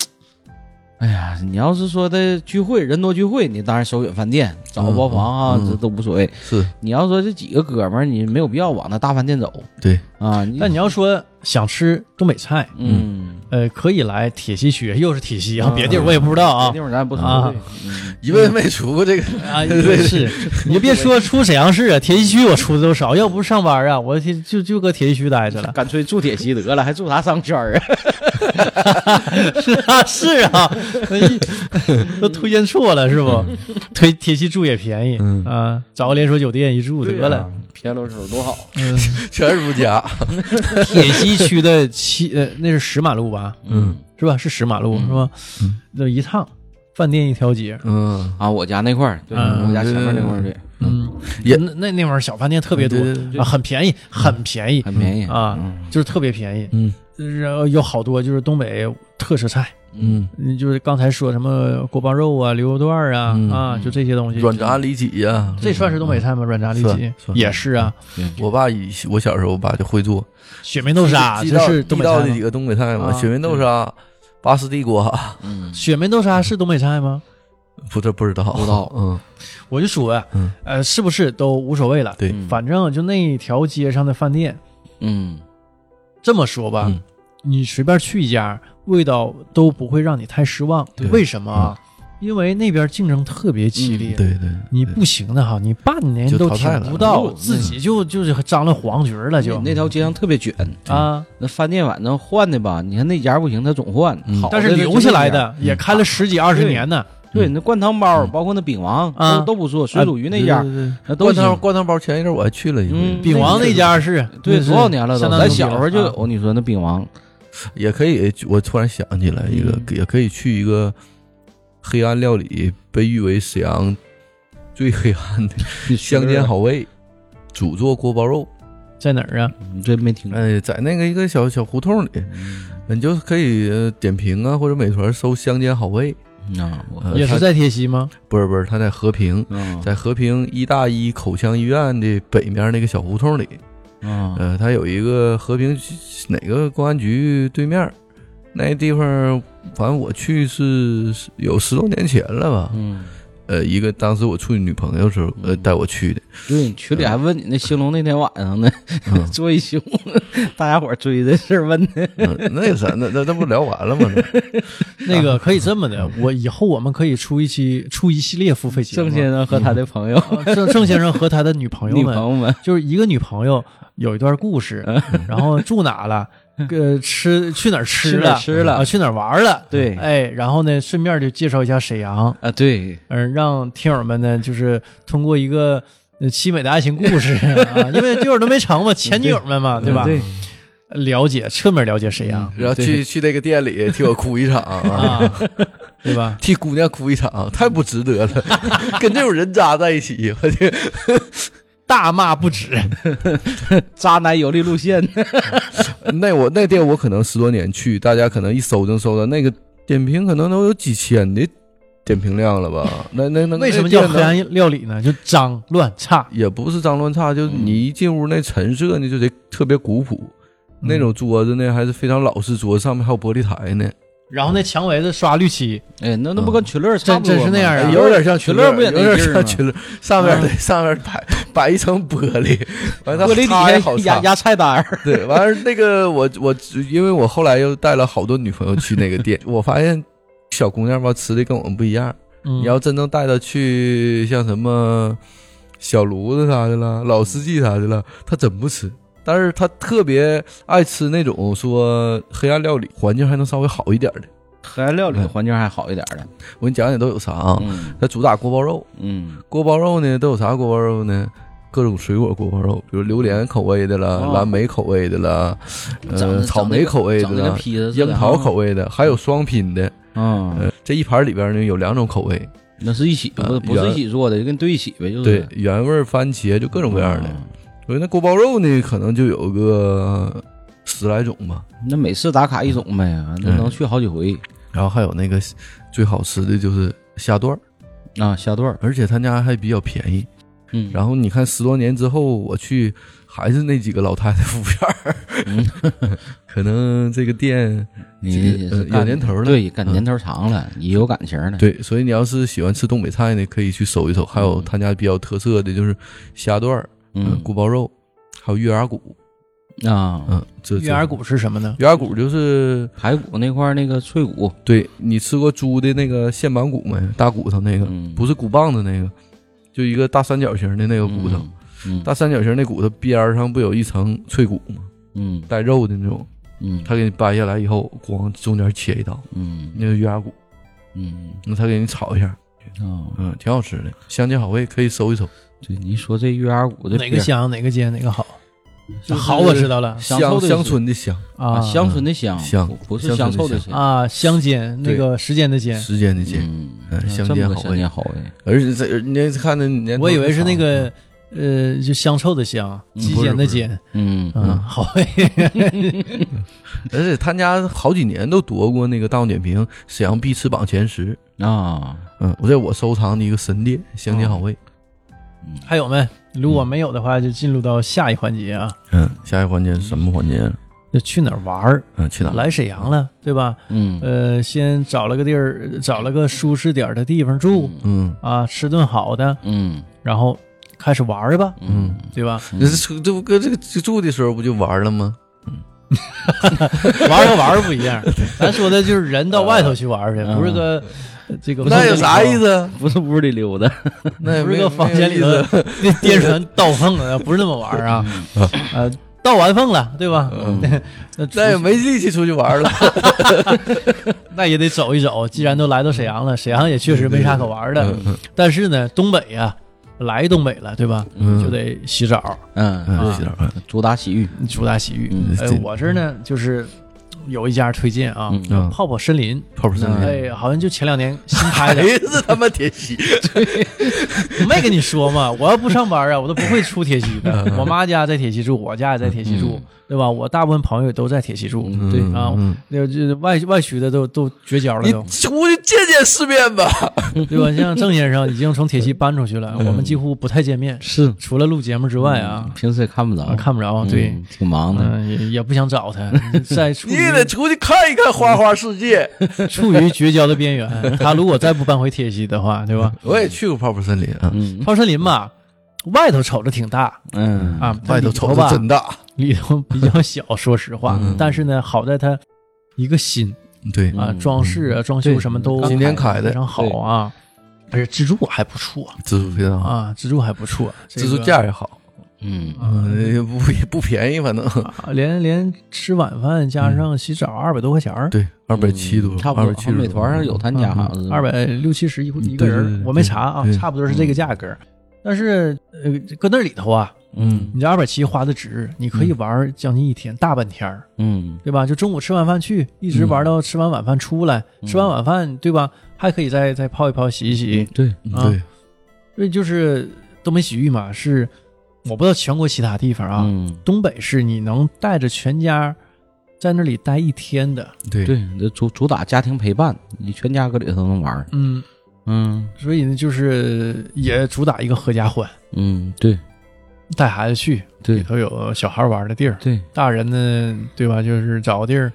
Speaker 3: 哎呀，你要是说的聚会人多聚会，你当然首选饭店，找个包房啊，
Speaker 4: 嗯嗯
Speaker 3: 这都无所谓。
Speaker 4: 是
Speaker 3: 你要说这几个哥们儿，你没有必要往那大饭店走
Speaker 4: 对，
Speaker 3: 啊。你
Speaker 2: 但你要说想吃东北菜，
Speaker 3: 嗯，
Speaker 2: 呃，可以来铁西区，又是铁西啊，
Speaker 3: 嗯
Speaker 2: 别地儿我也不知道
Speaker 3: 这
Speaker 2: 啊
Speaker 3: 地方咱也不
Speaker 2: 啊
Speaker 3: 说。。
Speaker 4: 一辈子没出过这个，
Speaker 2: 啊，也是，你别说出沈阳市啊，铁西区我出的都少，要不是上班啊，我天就就搁铁西区待着了 <laughs>
Speaker 3: 干脆住铁西得了，还住啥商圈儿啊？
Speaker 2: 是啊，是啊，都推荐错了是不？推铁西住也便宜
Speaker 4: 嗯
Speaker 2: 啊，找个连锁酒店一住
Speaker 3: <laughs>
Speaker 2: 得了。，
Speaker 3: 偏路口多好。
Speaker 2: 嗯，
Speaker 4: 全是不家。
Speaker 2: <laughs> 铁西区的七呃，那是石马路吧？
Speaker 4: 嗯
Speaker 2: 是吧？是石马路是吧？那一趟饭店一条街，
Speaker 4: 嗯，
Speaker 3: 啊，我家那块儿，对，
Speaker 2: 嗯
Speaker 3: 我家前面那块儿对，
Speaker 2: 嗯，
Speaker 4: 也
Speaker 2: 那那那会儿小饭店特别多
Speaker 4: 对对对
Speaker 2: 啊，很便宜，很便宜
Speaker 3: 很便宜
Speaker 2: 啊，就是特别便宜。呃
Speaker 4: 嗯
Speaker 2: 然后有好多就是东北特色菜，
Speaker 4: 嗯，
Speaker 2: 嗯，就是刚才说什么锅包肉啊、牛肉段儿啊、
Speaker 4: 嗯
Speaker 2: 啊，就这些东西。
Speaker 4: 软炸里脊呀，
Speaker 2: 这算是东北菜吗？软炸里脊
Speaker 4: 算算嗯
Speaker 2: 也是啊，
Speaker 4: 我爸以我小时候，我爸就会做
Speaker 2: 雪梅豆沙
Speaker 4: 地
Speaker 2: 这
Speaker 4: 道
Speaker 2: 是
Speaker 4: 地
Speaker 2: 东北
Speaker 4: 道
Speaker 2: 菜
Speaker 4: 的
Speaker 2: 吗
Speaker 4: 几？个东北菜嘛，
Speaker 2: 啊
Speaker 4: 雪面豆沙、拔丝地瓜，
Speaker 3: 嗯，
Speaker 2: 雪梅豆沙是东北菜吗？
Speaker 4: 不是不知道，不
Speaker 3: 知道
Speaker 4: 嗯，
Speaker 2: 我就说呀
Speaker 4: 嗯，
Speaker 2: 呃，是不是都无所谓了？
Speaker 4: 对，
Speaker 3: 嗯
Speaker 2: 反正就那条街上的饭店，
Speaker 3: 嗯
Speaker 2: 这么说吧
Speaker 4: 嗯，
Speaker 2: 你随便去一家，味道都不会让你太失望
Speaker 4: 对。嗯
Speaker 2: 为什么啊？因为那边竞争特别激烈，
Speaker 4: 对对，
Speaker 2: 你不行的哈，你半年
Speaker 4: 就
Speaker 2: 都
Speaker 4: 淘汰
Speaker 2: 挺
Speaker 4: 了
Speaker 2: 不到，
Speaker 3: 嗯
Speaker 2: 自己就就是张了黄局了就
Speaker 3: 那条街上特别卷，
Speaker 2: 啊。
Speaker 3: 那饭店晚上换的吧，你看那家不行，他总换
Speaker 4: 嗯，
Speaker 3: 好的
Speaker 2: 但是留下来的
Speaker 3: 就那
Speaker 2: 也开了十几二十年呢，
Speaker 3: 家，对，
Speaker 4: 嗯
Speaker 3: 那灌汤包，
Speaker 4: 嗯
Speaker 3: 包括那饼王
Speaker 2: 啊
Speaker 3: 都都不错，水煮鱼那家
Speaker 2: 对对对
Speaker 3: 那都
Speaker 4: 灌汤
Speaker 3: 行。
Speaker 4: 灌汤包前一阵我还去了一回
Speaker 3: 嗯，
Speaker 2: 饼王那家是
Speaker 3: 对，
Speaker 2: 那是
Speaker 3: 多少年了都
Speaker 2: 相，当
Speaker 3: 咱
Speaker 2: 牛逼
Speaker 3: 小时候就
Speaker 2: 了啊
Speaker 3: 有。你说那饼王，
Speaker 4: 也可以，我突然想起
Speaker 3: 嗯
Speaker 4: 来一个，也可以去一个黑暗料理，被誉为沈阳最黑暗的乡间好味，主做锅包肉。
Speaker 2: 在哪儿啊？
Speaker 3: 你嗯真没听过。
Speaker 4: 哎，在那个一个小小胡同里，
Speaker 3: 嗯
Speaker 4: 你就可以呃点评啊，或者美团搜“乡间好味
Speaker 3: 啊，我”
Speaker 4: 呃。
Speaker 2: 也是
Speaker 4: 它
Speaker 2: 在铁西吗？
Speaker 4: 不是不是，它在和平，
Speaker 3: 嗯
Speaker 4: 在和平医大医口腔医院的北面那个小胡同里。
Speaker 2: 啊
Speaker 3: 嗯
Speaker 4: 呃，它有一个和平哪个公安局对面儿，那地方儿，反正我去是是有十多年前了吧。
Speaker 3: 嗯，
Speaker 4: 呃，一个当时我处女朋友时候，呃，
Speaker 3: 嗯
Speaker 4: 带我去的。
Speaker 3: 对，群里还问你那兴隆那天晚上呢， <laughs>
Speaker 4: 嗯
Speaker 3: 追凶，大家伙儿追这事儿问的，
Speaker 4: 嗯那个啥， <laughs> 那那那不聊完
Speaker 2: <laughs>
Speaker 4: 了吗？
Speaker 2: 那
Speaker 4: 啊
Speaker 2: 个可以这么
Speaker 4: 嗯
Speaker 2: 的，我以后我们可以出一期出一系列付费节目。
Speaker 3: 郑先生和他的朋友、
Speaker 2: 啊郑郑先生和他的女朋友
Speaker 3: 女朋
Speaker 2: 们，
Speaker 3: 友们，
Speaker 2: 就是一个女朋友有一段故事，然后住哪了，呃，吃去哪儿吃
Speaker 3: 嗯去哪
Speaker 2: 了，
Speaker 3: 儿吃了
Speaker 2: 啊，去哪儿玩了，
Speaker 3: 对
Speaker 2: 哎，然后呢，顺便就介绍一下沈阳，
Speaker 3: 啊，对，
Speaker 2: 嗯，让听友们呢，就是通过一个呃凄美的爱情故
Speaker 3: <laughs>
Speaker 2: 事啊，因为这会儿都没成嘛，前女友们嘛，对吧？
Speaker 3: 嗯对，
Speaker 2: 了解侧面了解沈阳
Speaker 4: 然后去去那个店里替我哭一场
Speaker 3: 嗯
Speaker 4: 啊，
Speaker 2: 啊，对吧？
Speaker 4: <laughs> 替姑娘哭一场，太不值得了。 <laughs> 跟这种人渣在一起， <laughs> 我去，
Speaker 2: 大骂不止，
Speaker 3: 渣男游历路线，
Speaker 4: 那我那店我可能十多年去，大家可能一搜就能搜到那个点评，可能都有几千的点评量了吧？那那
Speaker 3: 嗯
Speaker 4: 那
Speaker 2: 为什么叫
Speaker 4: 那店
Speaker 2: 黑
Speaker 4: 能
Speaker 2: 暗料理呢？就脏乱差，
Speaker 4: 也不是脏乱差，就是你一进屋那陈设呢就得特别古朴，那种桌子呢还是非常老式桌，上面还有玻璃台呢，
Speaker 2: 然后那墙围子刷绿漆，
Speaker 3: <laughs> 哎，那那不跟群乐差
Speaker 2: 真
Speaker 3: 不多
Speaker 2: 真
Speaker 3: 吗？
Speaker 2: 是那样啊
Speaker 4: 哎有点像
Speaker 3: 群
Speaker 4: 群
Speaker 3: 乐
Speaker 4: 乐，
Speaker 3: 不也
Speaker 4: 有
Speaker 3: 那
Speaker 4: 点
Speaker 3: 劲儿
Speaker 4: 像
Speaker 3: 吗
Speaker 4: 群乐，上面对上面摆 <laughs> 摆一层啊玻 <laughs> 璃，完了
Speaker 3: 玻璃底
Speaker 4: 擦也
Speaker 3: 下
Speaker 4: 好
Speaker 3: 压
Speaker 4: 擦，
Speaker 3: 压菜单
Speaker 4: <laughs>
Speaker 3: 儿，
Speaker 4: 对，完了那个我我因为我后来又带了好多女朋友去那个店，我发现小姑娘吧吃的跟我们不一样，
Speaker 2: 嗯
Speaker 4: 你要真正带她去像什么小炉子啥的了、
Speaker 3: 嗯
Speaker 4: 老司机啥的了，她真不吃。但是她特别爱吃那种说黑暗料理，环境还能稍微好一点的。
Speaker 3: 黑暗料理的环境还好一点儿的，
Speaker 4: 我给你讲讲都有啥啊？
Speaker 3: 嗯
Speaker 4: 它主打锅包肉，
Speaker 3: 嗯，
Speaker 4: 锅包肉呢都有啥锅包肉呢？各种水果锅包肉，比如榴莲口味的啦、
Speaker 3: 哦
Speaker 4: 蓝莓口味的啦、
Speaker 3: 长
Speaker 4: 呃
Speaker 3: 得
Speaker 4: 草莓口味的
Speaker 3: 长得跟
Speaker 4: 啦、
Speaker 3: 披萨似的啊
Speaker 4: 樱桃口，味的，还有双拼的。
Speaker 3: 嗯，
Speaker 4: 呃，这一盘里边呢有两种口味，
Speaker 3: 那是一起，不
Speaker 4: 呃
Speaker 3: 不是
Speaker 4: 原
Speaker 3: 一起做的，就跟对一起呗，就是
Speaker 4: 对，原味儿番茄就各种各样的。
Speaker 3: 嗯
Speaker 4: 所以那锅包肉呢，可能就有个十来种吧。
Speaker 3: 那每次打卡一种呗，啊那能去好几回
Speaker 4: 然后还有那个最好吃的就是虾段儿，
Speaker 3: 啊，虾段儿，
Speaker 4: 而且他家还比较便宜。
Speaker 3: 嗯，
Speaker 4: 然后你看十多年之后我去，还是那几个老太太服务员儿，
Speaker 3: 嗯
Speaker 4: 可能这个店
Speaker 3: 你也是
Speaker 4: 呃
Speaker 3: 干
Speaker 4: 有年头了
Speaker 3: 对，干年头长了，也有感情了，，
Speaker 4: 对。所以你要是喜欢吃东北菜呢，可以去搜一搜。还有他家比较特色的就是虾段儿、
Speaker 3: 嗯，
Speaker 4: 锅包肉，还有月牙骨。
Speaker 3: 啊，
Speaker 4: 嗯，这
Speaker 2: 月牙，骨是什么呢？
Speaker 4: 这月牙骨就是
Speaker 3: 排骨那块儿那个脆骨，
Speaker 4: 对你吃过猪的那个线板骨没？大骨头那个，
Speaker 3: 嗯
Speaker 4: 不是骨棒子那个，就一个大三角形的那个骨头。
Speaker 3: 嗯，
Speaker 4: 大三角形那骨头边儿上不有一层脆骨吗？
Speaker 3: 嗯
Speaker 4: 带肉的那种，
Speaker 3: 嗯
Speaker 4: 他给你掰下来以后，光中间切一刀，
Speaker 3: 嗯
Speaker 4: 那个月牙骨，
Speaker 3: 嗯
Speaker 4: 那他给你炒一下，
Speaker 3: 啊，
Speaker 4: 嗯，挺好吃的，香煎好味，可以搜一搜。
Speaker 3: 对，你说这月牙骨的
Speaker 2: 哪个
Speaker 3: 边儿
Speaker 2: 香哪个尖哪个好？
Speaker 4: 就是
Speaker 2: 好我知道了
Speaker 3: 香
Speaker 4: 乡
Speaker 3: 臭的
Speaker 4: 乡
Speaker 3: 是
Speaker 4: 村的乡，
Speaker 2: 啊
Speaker 3: 啊，乡村的乡，
Speaker 4: 香
Speaker 3: 不不是
Speaker 4: 乡
Speaker 3: 香
Speaker 4: 村
Speaker 3: 臭
Speaker 4: 的
Speaker 3: 的
Speaker 4: 香
Speaker 3: 香，
Speaker 2: 啊，乡间那
Speaker 4: 对
Speaker 2: 个时间的间，
Speaker 4: 时间的间，
Speaker 3: 嗯，
Speaker 4: 嗯
Speaker 3: 啊
Speaker 4: 乡
Speaker 3: 这么
Speaker 4: 间
Speaker 3: 个
Speaker 4: 好
Speaker 3: 乡
Speaker 4: 味
Speaker 3: 间好味，
Speaker 4: 而且这你看着你，
Speaker 2: 我以为是那
Speaker 4: 嗯
Speaker 2: 个呃，就香臭的香，
Speaker 3: 嗯
Speaker 2: 鸡尖的尖，
Speaker 3: 嗯
Speaker 2: 嗯，
Speaker 4: <laughs>
Speaker 2: 好味。
Speaker 4: 而且他家好几年都夺过那个大众点评沈阳必吃榜前十。
Speaker 3: 啊，
Speaker 4: 嗯，我这我收藏的一个神店，香煎好味。
Speaker 2: 还有没？如果没有的话，就进入到下一环节啊，
Speaker 4: 嗯，下一个环节是什么环节？
Speaker 2: 就去哪儿玩儿？
Speaker 4: 嗯，去哪？
Speaker 2: 来沈阳了，对吧？
Speaker 3: 嗯
Speaker 2: 呃，先找了个地儿，找了个舒适点儿的地方住
Speaker 4: 嗯
Speaker 2: 啊，吃顿好的，
Speaker 3: 嗯
Speaker 2: 然后开始玩儿吧，
Speaker 4: 嗯，
Speaker 2: 对吧？
Speaker 4: 这是这不搁这个住的时候不就玩了吗？
Speaker 2: 玩儿和玩儿不一样， <laughs> 咱说的就是人到外头去玩儿去，
Speaker 3: 嗯
Speaker 2: 不是个这个
Speaker 4: 那有啥意？思？
Speaker 3: <laughs>
Speaker 4: 啊
Speaker 3: 不是屋里溜达，
Speaker 4: 那也
Speaker 2: 不
Speaker 4: 没
Speaker 2: 是 <laughs>
Speaker 4: 有
Speaker 2: 个房间里头
Speaker 4: 没有意思
Speaker 2: 那颠船倒凤啊，不是那么玩儿啊。呃，到 iPhone 了，对吧？
Speaker 4: 嗯
Speaker 2: <laughs> 那
Speaker 4: 那也没力气出去玩了。
Speaker 2: 那也得走一走。既然都来到沈阳了，沈阳也确实没啥可玩的。
Speaker 4: 嗯
Speaker 2: 但是呢，东北呀、来东北了，对吧？
Speaker 4: 嗯
Speaker 2: 就得洗澡，
Speaker 3: 嗯，
Speaker 4: 嗯，
Speaker 2: 啊
Speaker 4: 洗点饭。
Speaker 3: 主打洗浴，
Speaker 2: 主打洗浴。
Speaker 3: 嗯
Speaker 2: 哎
Speaker 4: 这，
Speaker 2: 我这儿呢，就是有一家推荐啊，
Speaker 3: 嗯
Speaker 4: 嗯，
Speaker 2: 泡泡森林。
Speaker 4: 泡泡森
Speaker 3: 嗯
Speaker 4: 林。哎
Speaker 2: 哎，好像就前两年新开的，
Speaker 4: 谁是他妈铁西？
Speaker 2: <laughs> 没跟你说嘛。我要不上班啊，我都不会出铁西
Speaker 4: 嗯
Speaker 2: 的。我妈家在铁西住，我家也在铁西住，对吧？我大部分朋友也都在铁西住，
Speaker 4: 嗯
Speaker 2: 对啊，
Speaker 4: 嗯
Speaker 2: 那就是外外区的都都绝交了
Speaker 4: 你
Speaker 2: 都。
Speaker 4: 出去见见世面吧。
Speaker 2: <laughs> 对吧？像郑先生已经从铁西搬出去了，
Speaker 4: 嗯
Speaker 2: 我们几乎不太见面，
Speaker 3: 是
Speaker 2: 除了录节目之外啊，
Speaker 3: 平时也看不
Speaker 2: 啊
Speaker 3: 着，
Speaker 2: 看不着。
Speaker 3: 嗯
Speaker 2: 对，
Speaker 3: 挺忙的。
Speaker 2: 嗯，也也不想找
Speaker 4: <laughs>
Speaker 2: 他，在处
Speaker 4: 你也得
Speaker 2: 于
Speaker 4: 出去看一看花花世界。
Speaker 2: 处于绝交的边缘。他如果再不搬回铁西的话，对吧？
Speaker 4: 我也去过泡泡森林啊，
Speaker 3: 嗯
Speaker 2: 泡森林吧，外头瞅着挺大
Speaker 3: 嗯
Speaker 2: 啊，
Speaker 4: 外头
Speaker 2: 里
Speaker 4: 瞅着
Speaker 2: 吧，
Speaker 4: 真大。
Speaker 2: 里头比较小，说实话
Speaker 4: 嗯。
Speaker 2: 但是呢，好在它一个新
Speaker 4: 对，
Speaker 2: 啊，
Speaker 3: 嗯
Speaker 2: 装饰啊、装修
Speaker 3: 对
Speaker 2: 什么都
Speaker 4: 嗯今年开的
Speaker 2: 非常好啊，而且自助还不错
Speaker 4: 自助非常好，
Speaker 2: 啊，自助还不错，这
Speaker 4: 自助
Speaker 2: 个
Speaker 4: 价也好，
Speaker 3: 嗯
Speaker 4: 嗯，也不也不便宜，反正
Speaker 2: 啊，连连吃晚饭加上洗澡二百多块钱儿，
Speaker 4: 嗯对，二百七多，
Speaker 3: 嗯
Speaker 4: 嗯
Speaker 3: 差不
Speaker 4: 二
Speaker 3: 多
Speaker 4: 百。七
Speaker 3: 好像美团上有他家，好像是
Speaker 2: 二百六七十一户一个
Speaker 4: 对对
Speaker 2: 人
Speaker 4: 嗯对
Speaker 2: 儿，
Speaker 4: 对
Speaker 2: 我没查啊
Speaker 4: 对，
Speaker 2: 差不多是这个价格儿。但是呃，搁那里头啊，
Speaker 4: 嗯
Speaker 2: 你这二百七花的值，你可以玩儿将近一天，大半天儿，
Speaker 3: 嗯
Speaker 2: 对吧？就中午吃完饭去，一直玩到吃完晚饭出来，吃
Speaker 3: 嗯
Speaker 2: 完晚饭对吧？还可以再再泡一泡、洗一洗，
Speaker 3: 对，
Speaker 2: 啊
Speaker 4: 对，
Speaker 2: 所以就是东北洗浴嘛，是我不知道全国其他地方啊，
Speaker 3: 嗯
Speaker 2: 东北是你能带着全家在那里待一天的，
Speaker 4: 对
Speaker 3: 对，这主主打家庭陪伴，你全家搁里头能玩儿。
Speaker 2: 嗯，
Speaker 3: 嗯
Speaker 2: 所以呢，就是也主打一个合家欢，
Speaker 3: 嗯，对
Speaker 2: 带孩子去，里
Speaker 3: 对
Speaker 2: 头有小孩玩的地儿，
Speaker 3: 对，
Speaker 2: 大人呢，对吧？就是找个地儿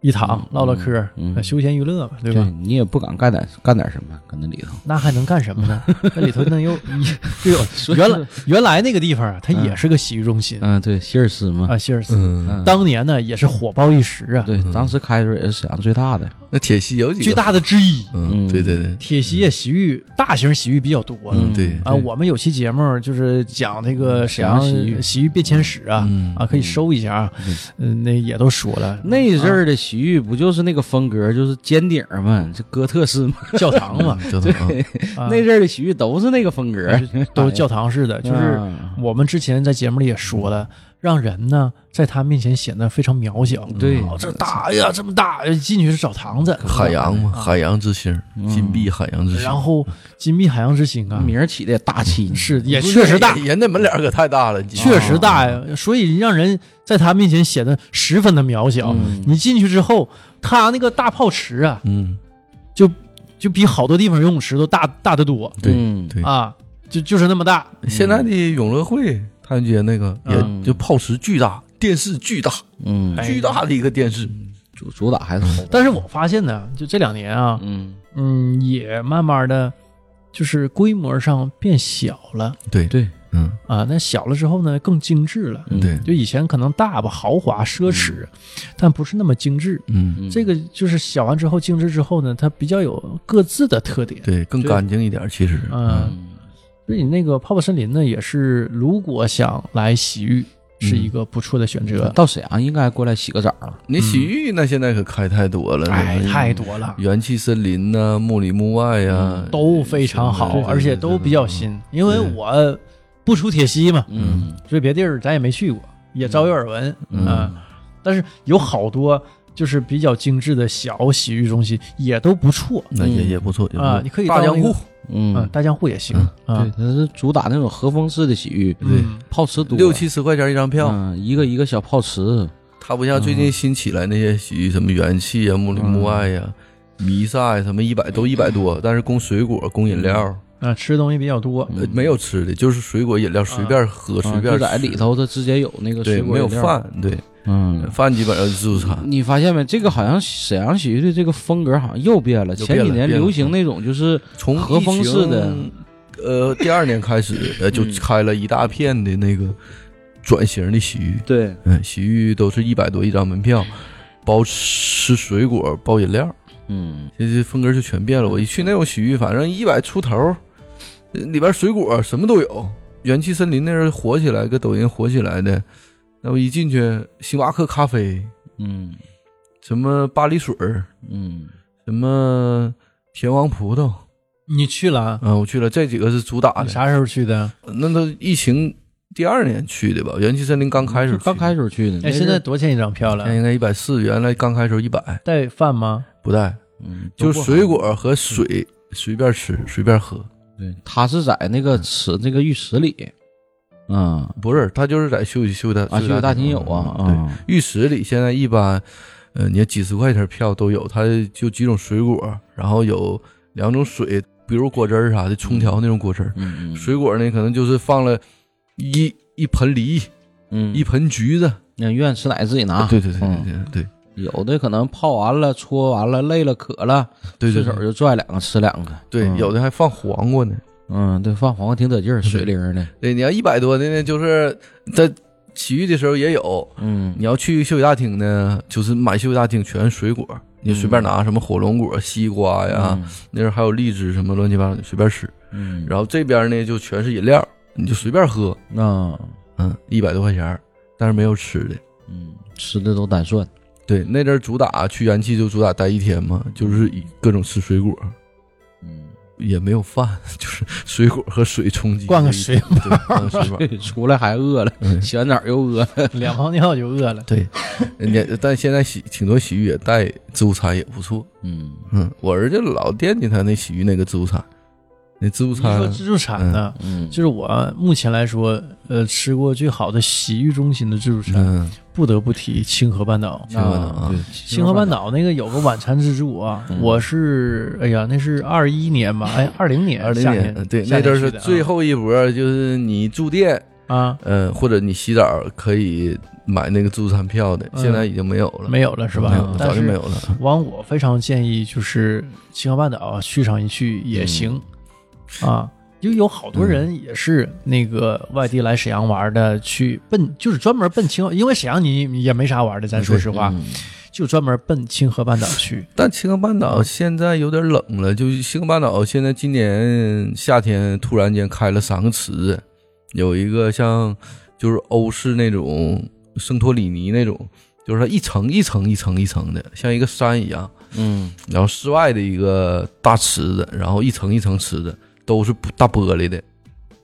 Speaker 2: 一躺
Speaker 3: 嗯，
Speaker 2: 唠唠嗑，
Speaker 3: 嗯
Speaker 2: 呃休闲娱乐嘛，对吧？
Speaker 3: 你也不敢干点干点什么，搁那里头。
Speaker 2: 那还能干什么呢？那里头能有， <laughs> 就有
Speaker 3: 以
Speaker 2: 原来原来那个地方啊，它
Speaker 3: 嗯
Speaker 2: 也是个洗浴中心
Speaker 3: 嗯，对，希尔斯嘛，
Speaker 2: 啊，希尔斯。
Speaker 4: 嗯，
Speaker 3: 嗯
Speaker 2: 当年呢，也是火爆一时啊，
Speaker 3: 对，当时开的时候也是沈阳最大的。
Speaker 4: 那铁西有几个
Speaker 2: 最大的之一。
Speaker 4: 嗯，
Speaker 3: 嗯
Speaker 4: 对对对，
Speaker 2: 铁西啊，洗浴大型洗浴比较多，
Speaker 4: 嗯对
Speaker 2: 啊，我们有期节目就是讲那个沈阳
Speaker 3: 沈阳洗浴
Speaker 2: 洗浴变迁史啊，
Speaker 4: 嗯
Speaker 2: 啊，可以搜一下啊，嗯，那也都说了，
Speaker 3: 那阵儿的洗浴不就是那个风格，就是尖顶儿嘛，这哥特式嘛。
Speaker 2: 教堂
Speaker 4: <laughs>
Speaker 2: 嘛，
Speaker 4: 叫什么？
Speaker 2: 啊
Speaker 3: <laughs> 那阵儿的洗浴都是那个风格，
Speaker 2: 都是教堂式的，
Speaker 4: 嗯
Speaker 2: 就是
Speaker 3: 啊
Speaker 2: 我们之前在节目里也说了，让人呢在他面前显得非常渺小，
Speaker 3: 对
Speaker 2: 哦这大哎呀这么大，进去是澡堂子，啊
Speaker 4: 海洋嘛，海洋之星，金币海洋之星。
Speaker 2: 嗯然后金碧海洋之星啊，
Speaker 3: 名儿起的也大气，
Speaker 2: 是也确实大，
Speaker 4: <laughs> 人那门脸可太大了，
Speaker 2: 确实大呀，所以让人在他面前显得十分的渺小。
Speaker 3: 嗯
Speaker 2: 你进去之后，他那个大泡池啊，
Speaker 4: 嗯，
Speaker 2: 就就比好多地方游泳池都大大得多
Speaker 4: 对
Speaker 3: 嗯
Speaker 4: 对。
Speaker 2: 啊，就就是那么大。
Speaker 4: 现在的永乐会太原街那个也
Speaker 3: 嗯
Speaker 4: 就泡池巨大，电视巨大，
Speaker 3: 嗯，
Speaker 2: 哎
Speaker 4: 巨大的一个电视。
Speaker 3: 主主打还是好玩
Speaker 2: 但是我发现呢，就这两年啊，
Speaker 3: 嗯，
Speaker 2: 嗯，也慢慢的，就是规模上变小了
Speaker 4: 对，
Speaker 3: 对，
Speaker 4: 嗯，
Speaker 2: 啊。那小了之后呢，更精致了。
Speaker 3: 嗯
Speaker 4: 对，
Speaker 2: 就以前可能大吧，豪华奢侈，但不是那么精致。
Speaker 4: 嗯，
Speaker 2: 这个就是小完之后精致之后呢，它比较有各自的特点。
Speaker 4: 对，更干净一点，其实，
Speaker 2: 嗯，
Speaker 3: 嗯
Speaker 2: 所以那个泡泡森林呢，也是如果想来洗浴，是一个不错的选择。
Speaker 3: 到沈阳应该过来洗个澡儿，
Speaker 4: 你洗浴那现在可开太多了，
Speaker 2: 哎，
Speaker 4: 那个
Speaker 2: 太嗯多了，
Speaker 4: 元气森林呐，木里木外呀，
Speaker 2: 都非常好
Speaker 4: 对，嗯
Speaker 2: 而且都比较新。因为我不出铁西嘛，
Speaker 3: 嗯
Speaker 2: 所以别地儿咱也没去过，也早有耳闻
Speaker 4: 嗯
Speaker 2: 啊。但是有好多就是比较精致的小洗浴中心，也都不错
Speaker 4: 那也也不错也不错
Speaker 2: 啊。你可以到
Speaker 4: 大江
Speaker 2: 那
Speaker 4: 户
Speaker 2: 个，嗯，
Speaker 3: 嗯，
Speaker 2: 大江户也行啊
Speaker 3: 对，。
Speaker 4: 嗯
Speaker 3: 它是主打那种和风式的洗浴，
Speaker 2: 嗯
Speaker 3: 泡池多，
Speaker 4: 六七十块钱一张票，
Speaker 3: 嗯，一个一个小泡池，
Speaker 4: 它不像最近新起来那些洗浴，什么元气啊、木里木外
Speaker 3: 嗯
Speaker 4: 呀、弥撒呀，什么一百都一百多，但是供水果、供饮料，
Speaker 2: 啊，吃东西比较多，
Speaker 4: 呃没有吃的，就是水果、饮料随便喝，随
Speaker 3: 嗯啊就
Speaker 4: 便吃
Speaker 3: 在里。头，它直接有那个
Speaker 4: 对，
Speaker 3: 水果
Speaker 4: 没有
Speaker 3: 饮料，
Speaker 4: 饭，对，
Speaker 3: 嗯。
Speaker 4: 饭基本上是自助餐。
Speaker 3: 你发现没？这个好像沈阳洗浴的这个风格好像又变了。
Speaker 4: 又
Speaker 3: 前
Speaker 4: 变了
Speaker 3: 几年
Speaker 4: 变了嗯
Speaker 3: 流行那种就是
Speaker 4: 从
Speaker 3: 和风式的嗯
Speaker 4: 疫情，呃，第二年开始，呃，就开了一大片的那个转型的洗浴，
Speaker 3: 对，
Speaker 4: 嗯，洗浴都是一百多一张门票，包吃水果，包饮料，
Speaker 3: 嗯，
Speaker 4: 这这风格就全变了。我一去那种洗浴，反正一百出头，呃里边水果什么都有。元气森林那阵儿火起来，搁抖音火起来的，那我一进去，星巴克咖啡，
Speaker 3: 嗯
Speaker 4: 什么巴黎水儿，
Speaker 3: 嗯
Speaker 4: 什么甜王葡萄，
Speaker 2: 你去了啊？
Speaker 4: 啊，我去了，这几个是主打
Speaker 2: 你
Speaker 4: 的。
Speaker 2: 啥时候去的？
Speaker 4: 那都疫情第二年去的吧？元气森林刚开始去的，
Speaker 3: 嗯刚开始去的，
Speaker 2: 哎，
Speaker 3: 那是
Speaker 2: 现在多少钱一张票了
Speaker 4: 那？应该一百四，原来刚开始一百，
Speaker 2: 带饭吗？ <laughs>
Speaker 4: 不带，
Speaker 3: 嗯都
Speaker 4: 就
Speaker 3: 不好嗯
Speaker 4: 水果和水随便吃随便喝，
Speaker 3: 对，他是在那个池那个浴池里，嗯
Speaker 4: 不是他就是在休息休息大
Speaker 3: 啊，就有大厅有啊，
Speaker 4: 嗯对，浴池里现在一般，呃，你几十块钱票都有，它就几种水果，然后有两种水，比如果汁儿啥的，冲调那种果汁儿。
Speaker 3: 嗯嗯，
Speaker 4: 水果呢，可能就是放了一一盆梨，
Speaker 3: 嗯
Speaker 4: 一盆橘子。
Speaker 3: 那愿意吃奶自己拿，
Speaker 4: 对对对对
Speaker 3: 嗯
Speaker 4: 对对
Speaker 3: 有的可能泡完了、搓完了、累了、渴了，
Speaker 4: 对对
Speaker 3: 顺手
Speaker 4: 对
Speaker 3: 就拽两个吃两个，
Speaker 4: 对，
Speaker 3: 嗯
Speaker 4: 有的还放黄瓜呢。
Speaker 3: 嗯，对，放黄瓜挺得劲儿，水灵儿的，
Speaker 4: 对，你要一百多的呢，就是在洗浴的时候也有。
Speaker 3: 嗯
Speaker 4: 你要去休息大厅呢，就是买休息大厅全是水果，你随便
Speaker 2: 嗯
Speaker 4: 拿什么火龙果、西瓜呀，，那时候还有荔枝什么乱七八糟，你随便吃。
Speaker 3: 啊嗯，
Speaker 4: 然后这边呢就全是饮料，你就随便喝，
Speaker 3: 那
Speaker 4: 嗯，一百多块钱儿，但是没有吃的。
Speaker 3: 嗯，吃的都单算，
Speaker 4: 对，那阵儿主打去元气就主打待一天嘛，就是以各种吃水果，
Speaker 3: 嗯，
Speaker 4: 也没有饭， <laughs> 就是水果和水冲击。
Speaker 2: 灌个水
Speaker 4: 对，灌个水吧。
Speaker 3: 对， <laughs> 出来还饿了，
Speaker 4: 嗯
Speaker 3: 洗完澡又饿了，
Speaker 2: 两泡尿就饿了。 <laughs>
Speaker 4: 对，人家但现在洗挺多洗浴也带自助餐也不错。
Speaker 3: 嗯，
Speaker 4: 嗯，我儿子老惦记他那洗浴那个自助餐，那自助
Speaker 2: 你说
Speaker 4: <laughs> 餐
Speaker 2: 自助餐呢？
Speaker 3: 嗯，
Speaker 2: 就是我目前来说，呃，吃过最好的洗浴中心的自助餐，
Speaker 4: 嗯，
Speaker 2: 不得不提清河半岛。
Speaker 4: 清河半岛啊
Speaker 3: 对，
Speaker 2: 清河半岛那个有个晚餐自助啊，
Speaker 3: 嗯
Speaker 2: 我是哎呀，那是二一年吧，哎，二零年，
Speaker 4: 二零
Speaker 2: 夏
Speaker 4: 年
Speaker 2: 天
Speaker 4: 对
Speaker 2: 夏
Speaker 4: 那阵儿
Speaker 2: 天
Speaker 4: 是
Speaker 2: 去的啊
Speaker 4: 最后一波，就是你住店
Speaker 2: 啊，
Speaker 4: 嗯，或者你洗澡可以买那个自助餐票的，
Speaker 2: 嗯
Speaker 4: 现在已经没有了，
Speaker 2: 没有了是吧
Speaker 4: 没有了？
Speaker 2: 但
Speaker 4: 早就是没有了。
Speaker 2: 往我非常建议就是秦皇半岛啊去上一去也行、
Speaker 4: 嗯
Speaker 2: 啊，因为有好多人也是那个外地来沈阳玩的，去奔就是专门奔清，因为沈阳你你也没啥玩的，咱说实话，
Speaker 3: 嗯
Speaker 2: 就专门奔清河半岛去。
Speaker 4: 但青河半岛现在有点冷了，就是青河半岛现在今年夏天突然间开了三个池子，有一个像就是欧式那种圣托里尼那种，就是它一层一层一层一层的，像一个山一样，
Speaker 3: 嗯
Speaker 4: 然后室外的一个大池子，然后一层一层池子都是大玻璃的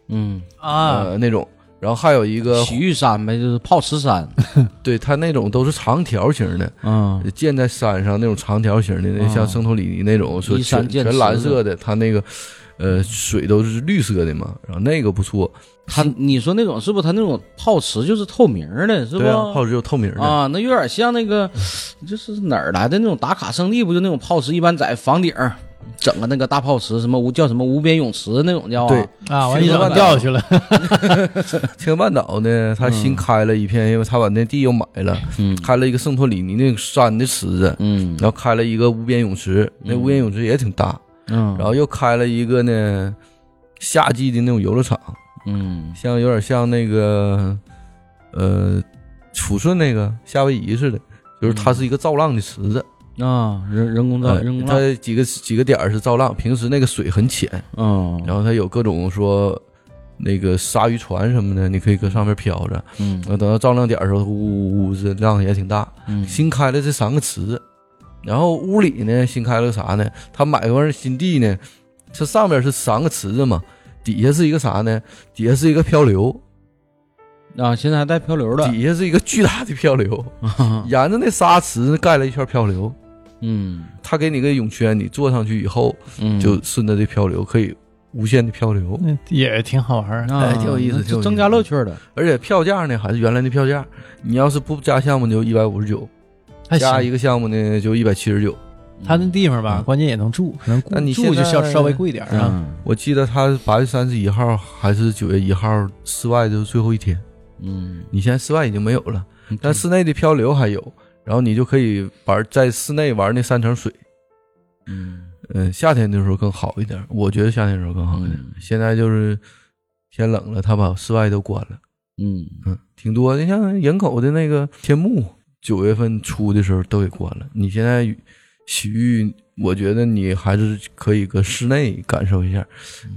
Speaker 3: 嗯，
Speaker 2: 啊，
Speaker 4: 呃那种，然后还有一个
Speaker 3: 洗浴山呗，就是泡池山， <laughs>
Speaker 4: 对它那种都是长条形的。
Speaker 3: 嗯
Speaker 4: 建在山上那种长条形的，那
Speaker 3: 啊
Speaker 4: 像圣托里尼那种，说
Speaker 3: 依山
Speaker 4: 全
Speaker 3: 建池
Speaker 4: 全蓝色的，它那个呃水都是绿色的嘛，然后那个不错，
Speaker 3: 他你说那种是不是他那种泡池就是透明儿的，是不？
Speaker 4: 对啊，泡池有透明的，
Speaker 3: 啊，那有点像那个，就是哪儿来的那种打卡圣地，不就那种泡池，一般在房顶儿整个那个大泡池，什么无叫什么无边泳池那种叫啊，
Speaker 4: 对，
Speaker 2: 啊，完一
Speaker 4: 呃清河
Speaker 2: 整
Speaker 4: 半岛
Speaker 2: 掉下去了，
Speaker 4: 青半岛呢，它新开了一片，因为它把那地又买了，
Speaker 3: 嗯
Speaker 4: 开了一个圣托里尼那种山的池子，
Speaker 3: 嗯
Speaker 4: 然后开了一个无边泳池，那无边泳池也挺大，
Speaker 3: 嗯，
Speaker 4: 然后又开了一个呢夏季的那种游乐场，
Speaker 3: 嗯
Speaker 4: 像有点像那个呃抚顺那个夏威夷似的，就是它是一个造浪的池子，
Speaker 3: 啊，人人工造
Speaker 4: 呃
Speaker 3: 人工造，
Speaker 4: 它几个几个点儿是造浪，平时那个水很浅，
Speaker 3: 嗯，
Speaker 4: 然后它有各种说。那个鲨鱼船什么的，你可以搁上面飘着。
Speaker 3: 嗯
Speaker 4: 然后等到造浪点儿的时候，呜呜呜，这浪也挺大。
Speaker 3: 嗯
Speaker 4: 新开了这三个池子，然后屋里呢新开了个啥呢？他买块新地呢，这上面是三个池子嘛，底下是一个啥呢？底下是一个漂流，
Speaker 3: 啊，现在还带漂流的，
Speaker 4: 底下是一个巨大的漂流，沿着那沙池盖了一圈漂流。
Speaker 3: 嗯
Speaker 4: 他给你个泳圈，你坐上去以后，
Speaker 3: 嗯，
Speaker 4: 就顺着这漂流可以无限的漂流，
Speaker 2: 那嗯也挺好玩儿的。
Speaker 3: 啊
Speaker 4: 哎挺有意思
Speaker 3: 那
Speaker 4: 挺有意思
Speaker 3: 增加乐趣的，
Speaker 4: 而且票价呢还是原来的票价，你要是不加项目就一百五十九，
Speaker 2: 还
Speaker 4: 加一
Speaker 2: 行，
Speaker 4: 个项目呢就一百七十九。
Speaker 2: 他那地方吧，
Speaker 4: 嗯
Speaker 2: 关键也能住，可能
Speaker 4: 那你
Speaker 2: 住就
Speaker 4: 现在
Speaker 2: 稍稍微贵点儿啊。
Speaker 3: 嗯
Speaker 4: 我记得他八月三十一号还是九月一号室外就是最后一天，
Speaker 3: 嗯，
Speaker 4: 你现在室外已经没有了，但
Speaker 3: 但
Speaker 4: 室内的漂流还有，然后你就可以玩在室内玩那三层水。
Speaker 3: 嗯
Speaker 4: 嗯，夏天的时候更好一点，我觉得夏天的时候更好一点。
Speaker 3: 嗯
Speaker 4: 现在就是天冷了，他把室外都关了，
Speaker 3: 嗯
Speaker 4: 嗯，挺多的。你像营口的那个天幕，九月份初的时候都给关了。你现在洗浴，我觉得你还是可以搁室内感受一下。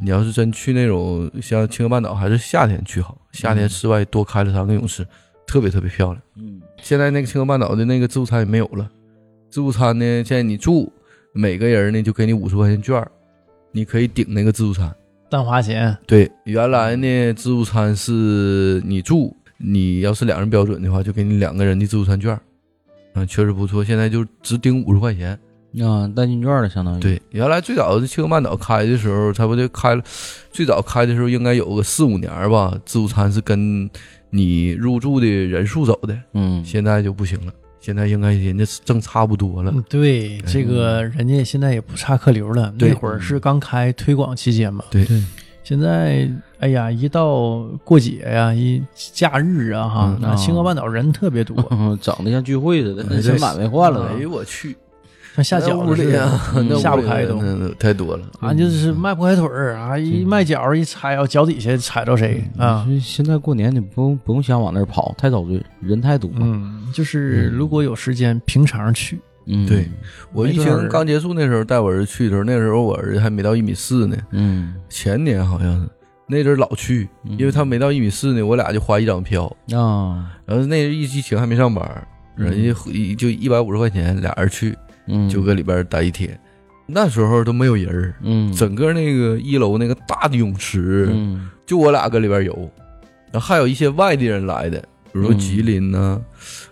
Speaker 4: 你要是真去那种像青河半岛，还是夏天去好，夏天室外多开了三个泳池，特别特别漂亮。
Speaker 3: 嗯，
Speaker 4: 现在那个青鹅半岛的那个自助餐也没有了，自助餐呢，现在你住每个人呢就给你五十块钱券儿，你可以顶那个自助餐。
Speaker 2: 蛋花钱，
Speaker 4: 对，原来呢自助餐是你住，你要是两人标准的话，就给你两个人的自助餐券儿，啊，确实不错。现在就只顶五十块钱。
Speaker 3: 啊，代金券了，相当于，
Speaker 4: 对，原来最早的青鹅半岛开的时候，它不就开了？最早开的时候应该有个四五年儿吧，自助餐是跟你入住的人数走的，
Speaker 3: 嗯， <laughs>
Speaker 4: 现在就不行了。现在应该人家挣差不多了，
Speaker 2: 嗯，对，这个人家现在也不差客流了。
Speaker 4: 对
Speaker 2: 那会儿是刚开推广期间嘛。
Speaker 4: 对
Speaker 3: 对。
Speaker 2: 现在，哎呀，一到过节呀、一假日啊，哈
Speaker 4: 嗯，
Speaker 2: 那青鹅半岛人特
Speaker 4: <laughs>
Speaker 2: 别多，
Speaker 3: 整的像聚会似的，
Speaker 4: 哎
Speaker 3: 那人满为患了
Speaker 4: 哎
Speaker 3: 都。
Speaker 4: 呦我去，
Speaker 2: 像下
Speaker 4: 那
Speaker 2: 饺
Speaker 4: 屋
Speaker 2: 子似
Speaker 4: 里
Speaker 2: 的
Speaker 4: 啊，那
Speaker 2: 下不
Speaker 4: 屋里
Speaker 2: 开
Speaker 4: 的
Speaker 2: 都
Speaker 4: 那那太多了。
Speaker 2: 啊，就是迈不开腿儿啊，
Speaker 4: 嗯
Speaker 2: 一迈脚儿一踩，要脚底下踩着谁啊？
Speaker 3: 所以现在过年你不用不用想往那儿跑，太遭罪，人太多了。
Speaker 2: 嗯，就是如果有时间，平常去。
Speaker 3: 嗯，
Speaker 4: 对，我
Speaker 2: 没
Speaker 4: 疫
Speaker 2: 多少
Speaker 4: 情
Speaker 2: 人
Speaker 4: 刚结束那时候带我儿子去的时候，那时候我儿子还没到一米四呢，
Speaker 3: 嗯，
Speaker 4: 前年好像是那阵儿老去，因为他没到一米四呢，我俩就花一张票，
Speaker 3: 啊，
Speaker 4: 然后那一疫情还没上班儿，
Speaker 3: 嗯
Speaker 4: 人家一就一百五十块钱，俩人去
Speaker 3: 嗯，
Speaker 4: 就搁里边儿待一天，那时候都没有人儿，
Speaker 3: 嗯，
Speaker 4: 整个那个一楼那个大的泳池，
Speaker 3: 嗯
Speaker 4: 就我俩搁里边游，然后还有一些外地人来的，比如说
Speaker 3: 嗯
Speaker 4: 吉林呐、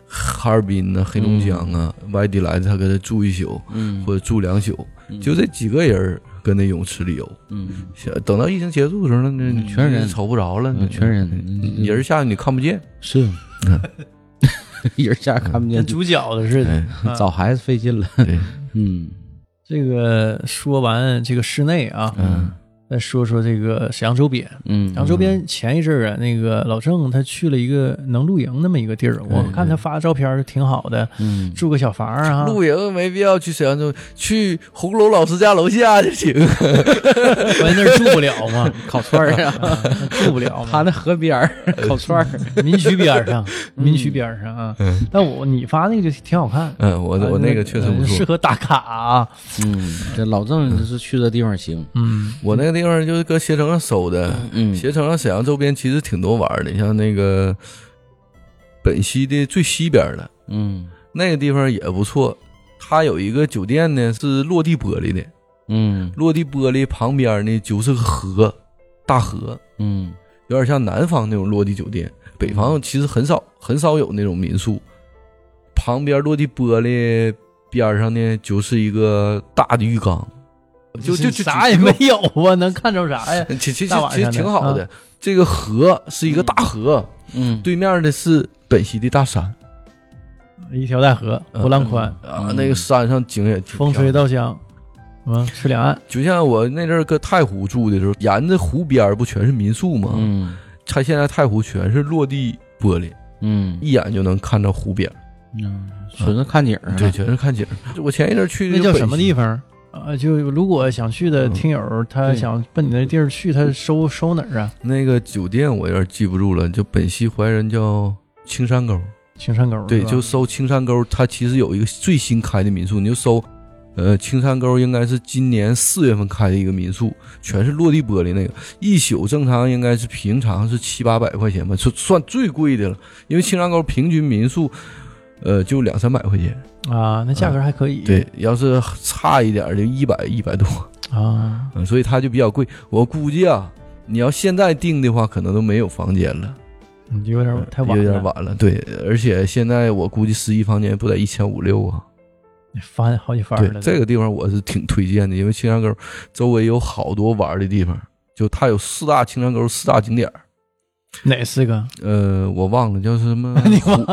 Speaker 4: 哈尔滨呐、黑龙江啊，外地来的他搁这住一宿
Speaker 3: 嗯，
Speaker 4: 或者住两宿，
Speaker 3: 嗯
Speaker 4: 就这几个人儿搁那泳池里游。
Speaker 3: 嗯，
Speaker 4: 想等到疫情结束的时候，那那
Speaker 3: 嗯全人
Speaker 4: 瞅不着了，那
Speaker 3: 嗯全人
Speaker 4: 嗯人下去你看不见。
Speaker 3: 是， <laughs> 人家看不
Speaker 4: 嗯
Speaker 2: 跟
Speaker 3: 见，
Speaker 2: 煮饺子似的。啊
Speaker 3: 找孩子费劲了。<laughs>
Speaker 4: 哎对，
Speaker 3: 嗯
Speaker 2: 这个说完这个室内啊，
Speaker 4: 嗯
Speaker 2: 再说说这个沈阳周边。
Speaker 3: 嗯，
Speaker 2: 然后周边前一阵儿啊，那个老郑他去了一个能露营那么一个地儿，
Speaker 4: 哎
Speaker 2: 我看他发照片儿挺好的，
Speaker 3: 嗯
Speaker 2: 住个小房儿啊，
Speaker 4: 露营没必要去沈阳中，去红楼老师家楼下就行。
Speaker 2: 关键那儿住不了
Speaker 4: <laughs>
Speaker 2: 嘛，
Speaker 3: 烤串儿啊，
Speaker 2: 啊住不了
Speaker 3: 他
Speaker 2: 嘛，
Speaker 3: 那河边儿
Speaker 4: 呃
Speaker 3: 烤串儿，
Speaker 2: 民区边儿上，民区边儿上啊。
Speaker 3: 嗯
Speaker 2: 但我你发那个就挺好看，
Speaker 4: 嗯，
Speaker 3: 啊
Speaker 4: 我我那个确实不
Speaker 2: 呃适
Speaker 4: 错，
Speaker 2: 合打卡啊。
Speaker 3: 嗯，这老郑是去这地方行，
Speaker 2: 嗯，
Speaker 4: 我那个地方就是搁携程上搜的。
Speaker 3: 嗯
Speaker 4: 携程上沈阳周边其实挺多玩儿的，像那个本溪的最西边儿了，
Speaker 3: 嗯
Speaker 4: 那个地方也不错。它有一个酒店呢，是落地玻璃的，
Speaker 3: 嗯
Speaker 4: 落地玻璃旁边呢就是个河，大河，
Speaker 3: 嗯
Speaker 4: 有点像南方那种落地酒店，北方其实很少很少有那种民宿。旁边落地玻璃边上呢就是一个大的浴缸，就就就
Speaker 2: 啥也没有啊，能看着啥呀？
Speaker 4: <laughs> 其其实
Speaker 2: 大晚
Speaker 4: 其实
Speaker 2: 上的啊
Speaker 4: 挺好的。这个河是一个大河，
Speaker 3: 嗯，
Speaker 4: 对面的是本溪的大山
Speaker 2: 一条大河，
Speaker 4: 嗯
Speaker 2: 波浪宽，
Speaker 4: 啊，
Speaker 3: 嗯
Speaker 4: 那个山上景也挺
Speaker 2: 风吹
Speaker 4: 漂亮。
Speaker 2: 稻香，啊，吃两岸。
Speaker 4: 就像我那阵儿搁太湖住的时候，沿着湖边儿不全是民宿吗？
Speaker 3: 嗯
Speaker 4: 它现在太湖全是落地玻璃，
Speaker 3: 嗯
Speaker 4: 一眼就能看到湖边儿，
Speaker 3: 嗯，纯是看景儿，
Speaker 4: 对，，全是看景儿。我前一阵儿去
Speaker 2: 那叫什么地
Speaker 4: 方？
Speaker 2: 方？啊，就如果想去的
Speaker 4: 嗯
Speaker 2: 听友，他
Speaker 3: 对
Speaker 2: 想奔你那地儿去，他收收哪儿啊？
Speaker 4: 那个酒店我有点记不住了，就本溪怀仁叫青山沟。
Speaker 2: 青山沟哦是吧。
Speaker 4: 对，就搜青山沟，它其实有一个最新开的民宿，你就搜，呃，青山沟应该是今年四月份开的一个民宿，全是落地玻璃那个，一宿正常应该是平常是七八百块钱吧，就算最贵的了，因为青山沟平均民宿，呃，就两三百块钱，
Speaker 2: 啊，那价格还可以。
Speaker 4: 嗯对，要是差一点儿就一百一百多，
Speaker 2: 啊，
Speaker 4: 嗯，所以它就比较贵，我估计啊。你要现在订的话，可能都没有房间了，
Speaker 2: 你嗯有点太晚了，
Speaker 4: 有点晚了。对，而且现在我估计十一房间不得一千五六啊。
Speaker 2: 翻好几番
Speaker 4: 对
Speaker 2: 了。
Speaker 4: 这个地方我是挺推荐的，因为青山沟周围有好多玩的地方，就它有四大青山沟四大景点儿
Speaker 2: 哪四个？，
Speaker 4: 呃，我忘了叫什么
Speaker 2: <laughs>
Speaker 4: <laughs>
Speaker 2: 你
Speaker 4: 虎
Speaker 2: 忘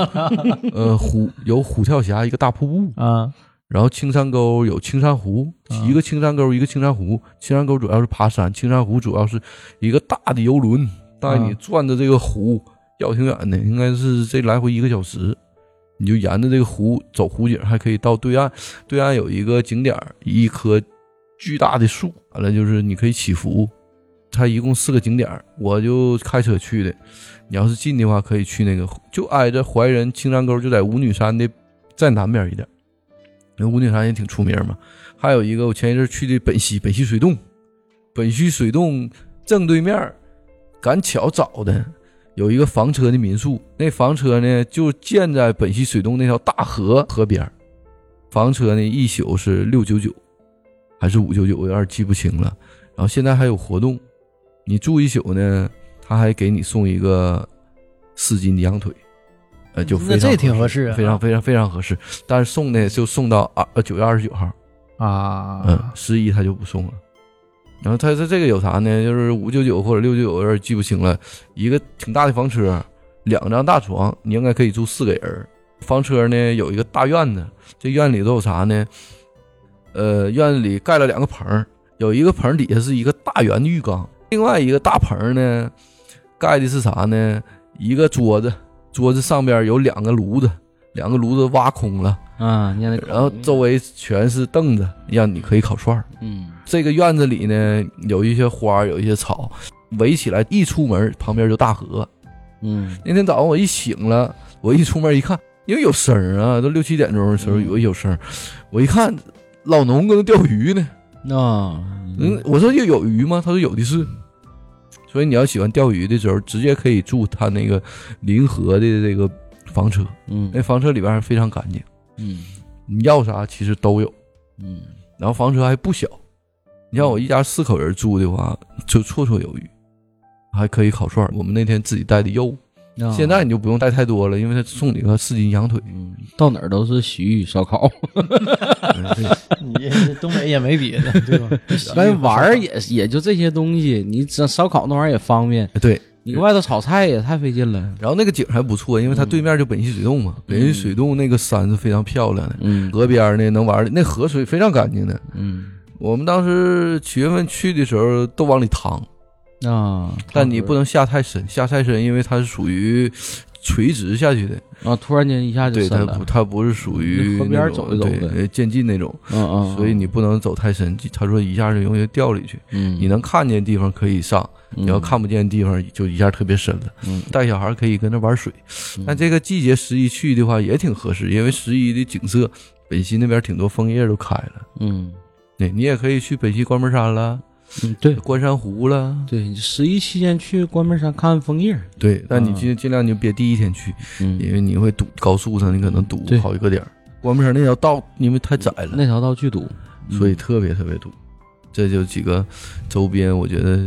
Speaker 2: 了
Speaker 4: 呃虎有虎跳峡一个大瀑布，
Speaker 2: 啊？
Speaker 4: 然后青山沟有青山湖，
Speaker 2: 啊
Speaker 4: 一个青山沟一个青山湖，青山沟主要是爬山，青山湖主要是一个大的游轮带你
Speaker 2: 啊
Speaker 4: 转着这个湖，绕挺远的，应该是这来回一个小时。你就沿着这个湖走湖景，还可以到对岸。对岸有一个景点儿，一棵巨大的树，完了就是你可以祈福。它一共四个景点儿，我就开车去的。你要是近的话，可以去那个，就挨着怀仁青山沟，就在五女山的再南边一点儿。那五女山也挺出名嘛。还有一个，我前一阵儿去的本溪，本溪
Speaker 2: 嗯
Speaker 4: 水洞，本溪水洞正对面儿，赶巧找的有一个房车的民宿，那房车呢就建在本溪水洞那条大河河边儿房车呢一宿是六九九，还是五九九，我有点记不清了。然后现在还有活动，你住一宿呢，他还给你送一个四斤的羊腿， <laughs> 呃，就
Speaker 2: 那
Speaker 4: 非常
Speaker 2: 这挺合适啊，
Speaker 4: 非常非常非常合适。但是送呢就送到二呃九月二十九号，
Speaker 3: 啊，
Speaker 4: 嗯，十一他就不送了。然后他他这个有啥呢？就是五九九或者六九九，有点记不清了。一个挺大的房车，两张大床，你应该可以住四个人儿。房车呢有一个大院子，这院里都有啥呢？呃，院里盖了两个棚儿，有一个棚儿底下是一个大圆的浴缸，另外一个大棚儿呢盖的是啥呢？一个桌子，桌子上边有两个炉子，两个炉子挖空了，
Speaker 3: 嗯，你
Speaker 4: 然后周围全是凳子，让你可以烤串儿。
Speaker 3: 嗯
Speaker 4: 这个院子里呢，有一些花儿，有一些草，围起来。一出门旁边就大河。
Speaker 3: 嗯
Speaker 4: 那天早上我一醒了，我一出门一看，因为有声儿啊，都六七点钟的时候
Speaker 3: 嗯
Speaker 4: 有有声儿，我一看老农搁那钓鱼呢。
Speaker 3: 啊
Speaker 4: 嗯，我说有有鱼吗？他说有的是。所以你要喜欢钓鱼的时候，直接可以住他那个临河的这个房车，那
Speaker 3: 嗯
Speaker 4: 房车里边还非常干净，
Speaker 3: 嗯
Speaker 4: 你要啥其实都有。
Speaker 3: 嗯
Speaker 4: 然后房车还不小，你像我一家四口人住的话，就绰绰有余，还可以烤串儿。我们那天自己带的肉，
Speaker 3: 啊，
Speaker 4: 现在你就不用带太多了，因为他送你个四斤羊腿。
Speaker 3: 嗯到哪儿都是洗浴烧烤，
Speaker 2: 你东北也没别的，对吧？
Speaker 3: 咱玩儿也也就这些东西，你这烧烤那玩意儿也方便，
Speaker 4: 哎对，
Speaker 3: 你外头炒菜也太费劲了。
Speaker 4: 然后那个景儿还不错，因为它对面就本溪水洞嘛，本溪水洞那个山是非常漂亮的，
Speaker 3: 嗯
Speaker 4: 河边儿呢能玩儿的，那河水非常干净的。
Speaker 3: 嗯
Speaker 4: 我们当时七月份去的时候都往里趟，
Speaker 3: 啊，
Speaker 4: 但你不能下太深，下太深因为它是属于垂直下去的，
Speaker 3: 啊，突然间一下就
Speaker 4: 对
Speaker 3: 深
Speaker 4: 它
Speaker 3: 了
Speaker 4: 不，，它不是属于
Speaker 3: 河边儿
Speaker 4: 那种
Speaker 3: 走一走
Speaker 4: 对
Speaker 3: 呗
Speaker 4: 呃渐进那种。
Speaker 3: 嗯嗯，
Speaker 4: 所以你不能走太深。他说一下就容易掉里去，
Speaker 3: 嗯
Speaker 4: 你能看见地方可以上，你要看不见地方就一下特别深了。
Speaker 3: 嗯
Speaker 4: 带小孩可以跟着玩水，但这个季节十一去的话也挺合适，因为十一的景色，本溪那边挺多枫叶都开了。
Speaker 3: 嗯
Speaker 4: 对，你也可以去本溪关门山了，
Speaker 3: 嗯对
Speaker 4: 关山湖了。
Speaker 3: 对，十一期间去关门山看看枫叶，
Speaker 4: 对，但你尽尽量你就别第一天去，因
Speaker 3: 嗯，
Speaker 4: 为你会堵高速上，你可能堵
Speaker 3: 对
Speaker 4: 好几个点儿。关门山那条道因为太窄了，
Speaker 3: 那条道剧毒，
Speaker 4: 所以特别特别堵。这就几个周边我觉得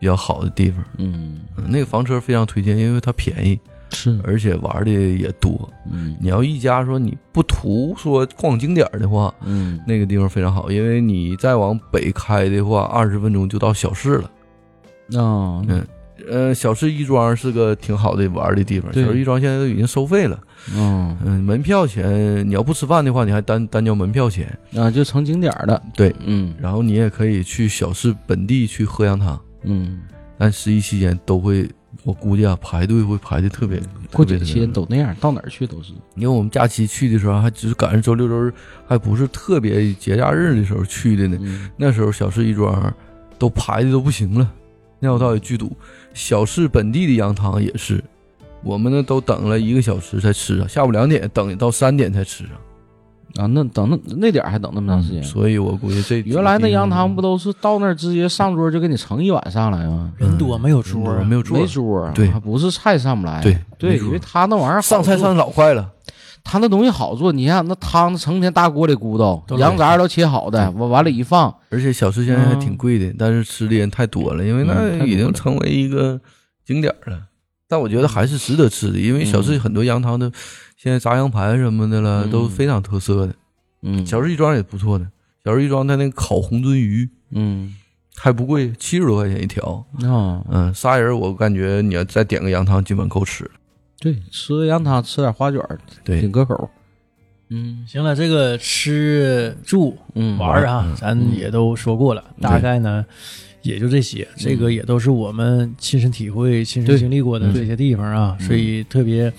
Speaker 4: 比较好的地方。
Speaker 3: 嗯
Speaker 4: 嗯那个房车非常推荐，因为它便宜，
Speaker 3: 是
Speaker 4: 而且玩的也多。
Speaker 3: 嗯
Speaker 4: 你要一家说你不图说逛景点儿的话，
Speaker 3: 嗯
Speaker 4: 那个地方非常好，因为你再往北开的话，二十分钟就到小市了。
Speaker 3: 啊
Speaker 4: 嗯呃，小市亦庄是个挺好的玩的地方，
Speaker 3: 对
Speaker 4: 小市亦庄现在都已经收费了。
Speaker 3: 嗯
Speaker 4: 嗯、门票钱你要不吃饭的话，你还单单交门票钱。
Speaker 3: 啊，就成景点儿了，
Speaker 4: 对，
Speaker 3: 嗯
Speaker 4: 然后你也可以去小市本地去喝羊汤。
Speaker 3: 嗯，
Speaker 4: 但十一期间都会，我估计啊，排队会排的特别，
Speaker 3: 过
Speaker 4: 特别
Speaker 3: 节期
Speaker 4: 特别
Speaker 3: 间都那样，到哪儿去都是，
Speaker 4: 因为我们假期去的时候，还只是赶上周六周日，还不是特别节假日的时候去的呢。
Speaker 3: 嗯
Speaker 4: 那时候小市亦庄都排的都不行了，那条道也巨堵。小市本地的羊汤也是，我们呢都等了一个小时才吃上，下午两点等到三点才吃上。
Speaker 3: 啊，那等那那点儿还等那么长时间。
Speaker 4: 所以我估计这
Speaker 3: 原来那羊汤不都是到那儿直接上桌就给你盛一碗上来吗？
Speaker 2: 人多没有桌
Speaker 4: 我
Speaker 2: 啊，
Speaker 4: 嗯没有桌
Speaker 3: 没，桌儿，
Speaker 4: 对
Speaker 3: 还不是菜上不来。
Speaker 4: 对没
Speaker 3: 对，
Speaker 4: 桌
Speaker 3: 因为他那玩意儿好
Speaker 4: 上菜
Speaker 3: 做
Speaker 4: 上，老快了，
Speaker 3: 他那东西好做。你看那汤成天大锅里咕
Speaker 2: 都
Speaker 3: 嘟，
Speaker 2: 是
Speaker 3: 羊杂都切好的，往碗里一放，
Speaker 4: 而且小吃现在还挺贵的，但是吃的人太多了，因为
Speaker 3: 嗯嗯太
Speaker 4: 那
Speaker 3: 多
Speaker 4: 已经
Speaker 3: 了
Speaker 4: 成为一个景点儿了。但我觉得还是值得吃的，因为小吃很多羊汤的，现在炸羊排什么的了，
Speaker 3: 嗯
Speaker 4: 都非常特色的。
Speaker 3: 嗯，
Speaker 4: 小吃亦庄也不错的，小吃亦庄它那个烤红鳟鱼
Speaker 3: 嗯
Speaker 4: 还不贵，七十多块钱一条。
Speaker 2: 哦
Speaker 3: 啊，
Speaker 4: 嗯，仨人我感觉你要再点个羊汤，基本够吃了。
Speaker 3: 对，吃个羊汤，吃点花卷儿，挺
Speaker 4: 对，
Speaker 3: 可口。嗯
Speaker 2: 行了，这个吃住
Speaker 3: 嗯，
Speaker 2: 玩儿啊，咱也都说过了，
Speaker 4: 嗯
Speaker 2: 大概呢也就这些。这个也都是我们亲身体会、亲身
Speaker 3: 对
Speaker 2: 经历过
Speaker 4: 嗯
Speaker 2: 的这些地方啊，所以特别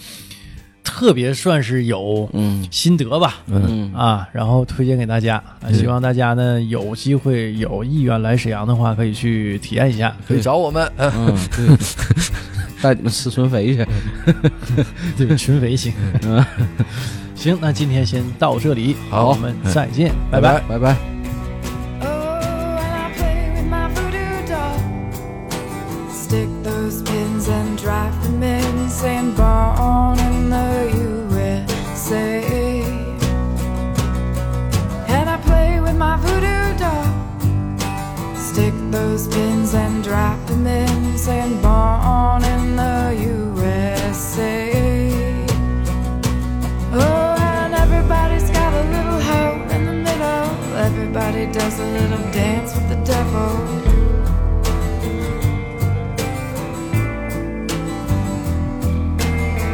Speaker 2: 特别算是有
Speaker 3: 嗯
Speaker 2: 心得吧。
Speaker 4: 嗯，
Speaker 3: 嗯
Speaker 2: 啊，然后推荐给大家，啊希望大家呢有机会有意愿来沈阳的话，可以去体验一
Speaker 4: <laughs>
Speaker 2: 下。
Speaker 4: 可以找我们。嗯
Speaker 2: <laughs>
Speaker 3: 嗯，对， <laughs> 带你们吃纯肥去。
Speaker 2: 对，群肥行。 <laughs> 行，那今天先到这里，
Speaker 4: 嗯好嗯
Speaker 2: 我们再见，拜
Speaker 4: 拜
Speaker 2: 拜
Speaker 4: 拜。
Speaker 3: 拜拜。
Speaker 1: Oh, and I play with my voodoo doll. Stick those pins and drive them in. Oh, Everybody does a little dance with the devil.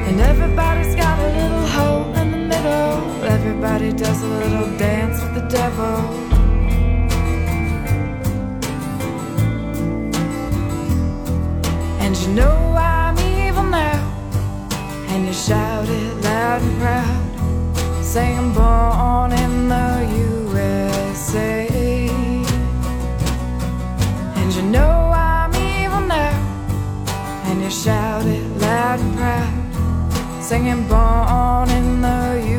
Speaker 1: And everybody's got a little hole in the middle. Everybody does a little dance with the devil. And you know I'm evil now. And you shout it loud and proud. Saying I'm born in the USA. And you know I'm evil now. And you shout it loud and proud singing born in the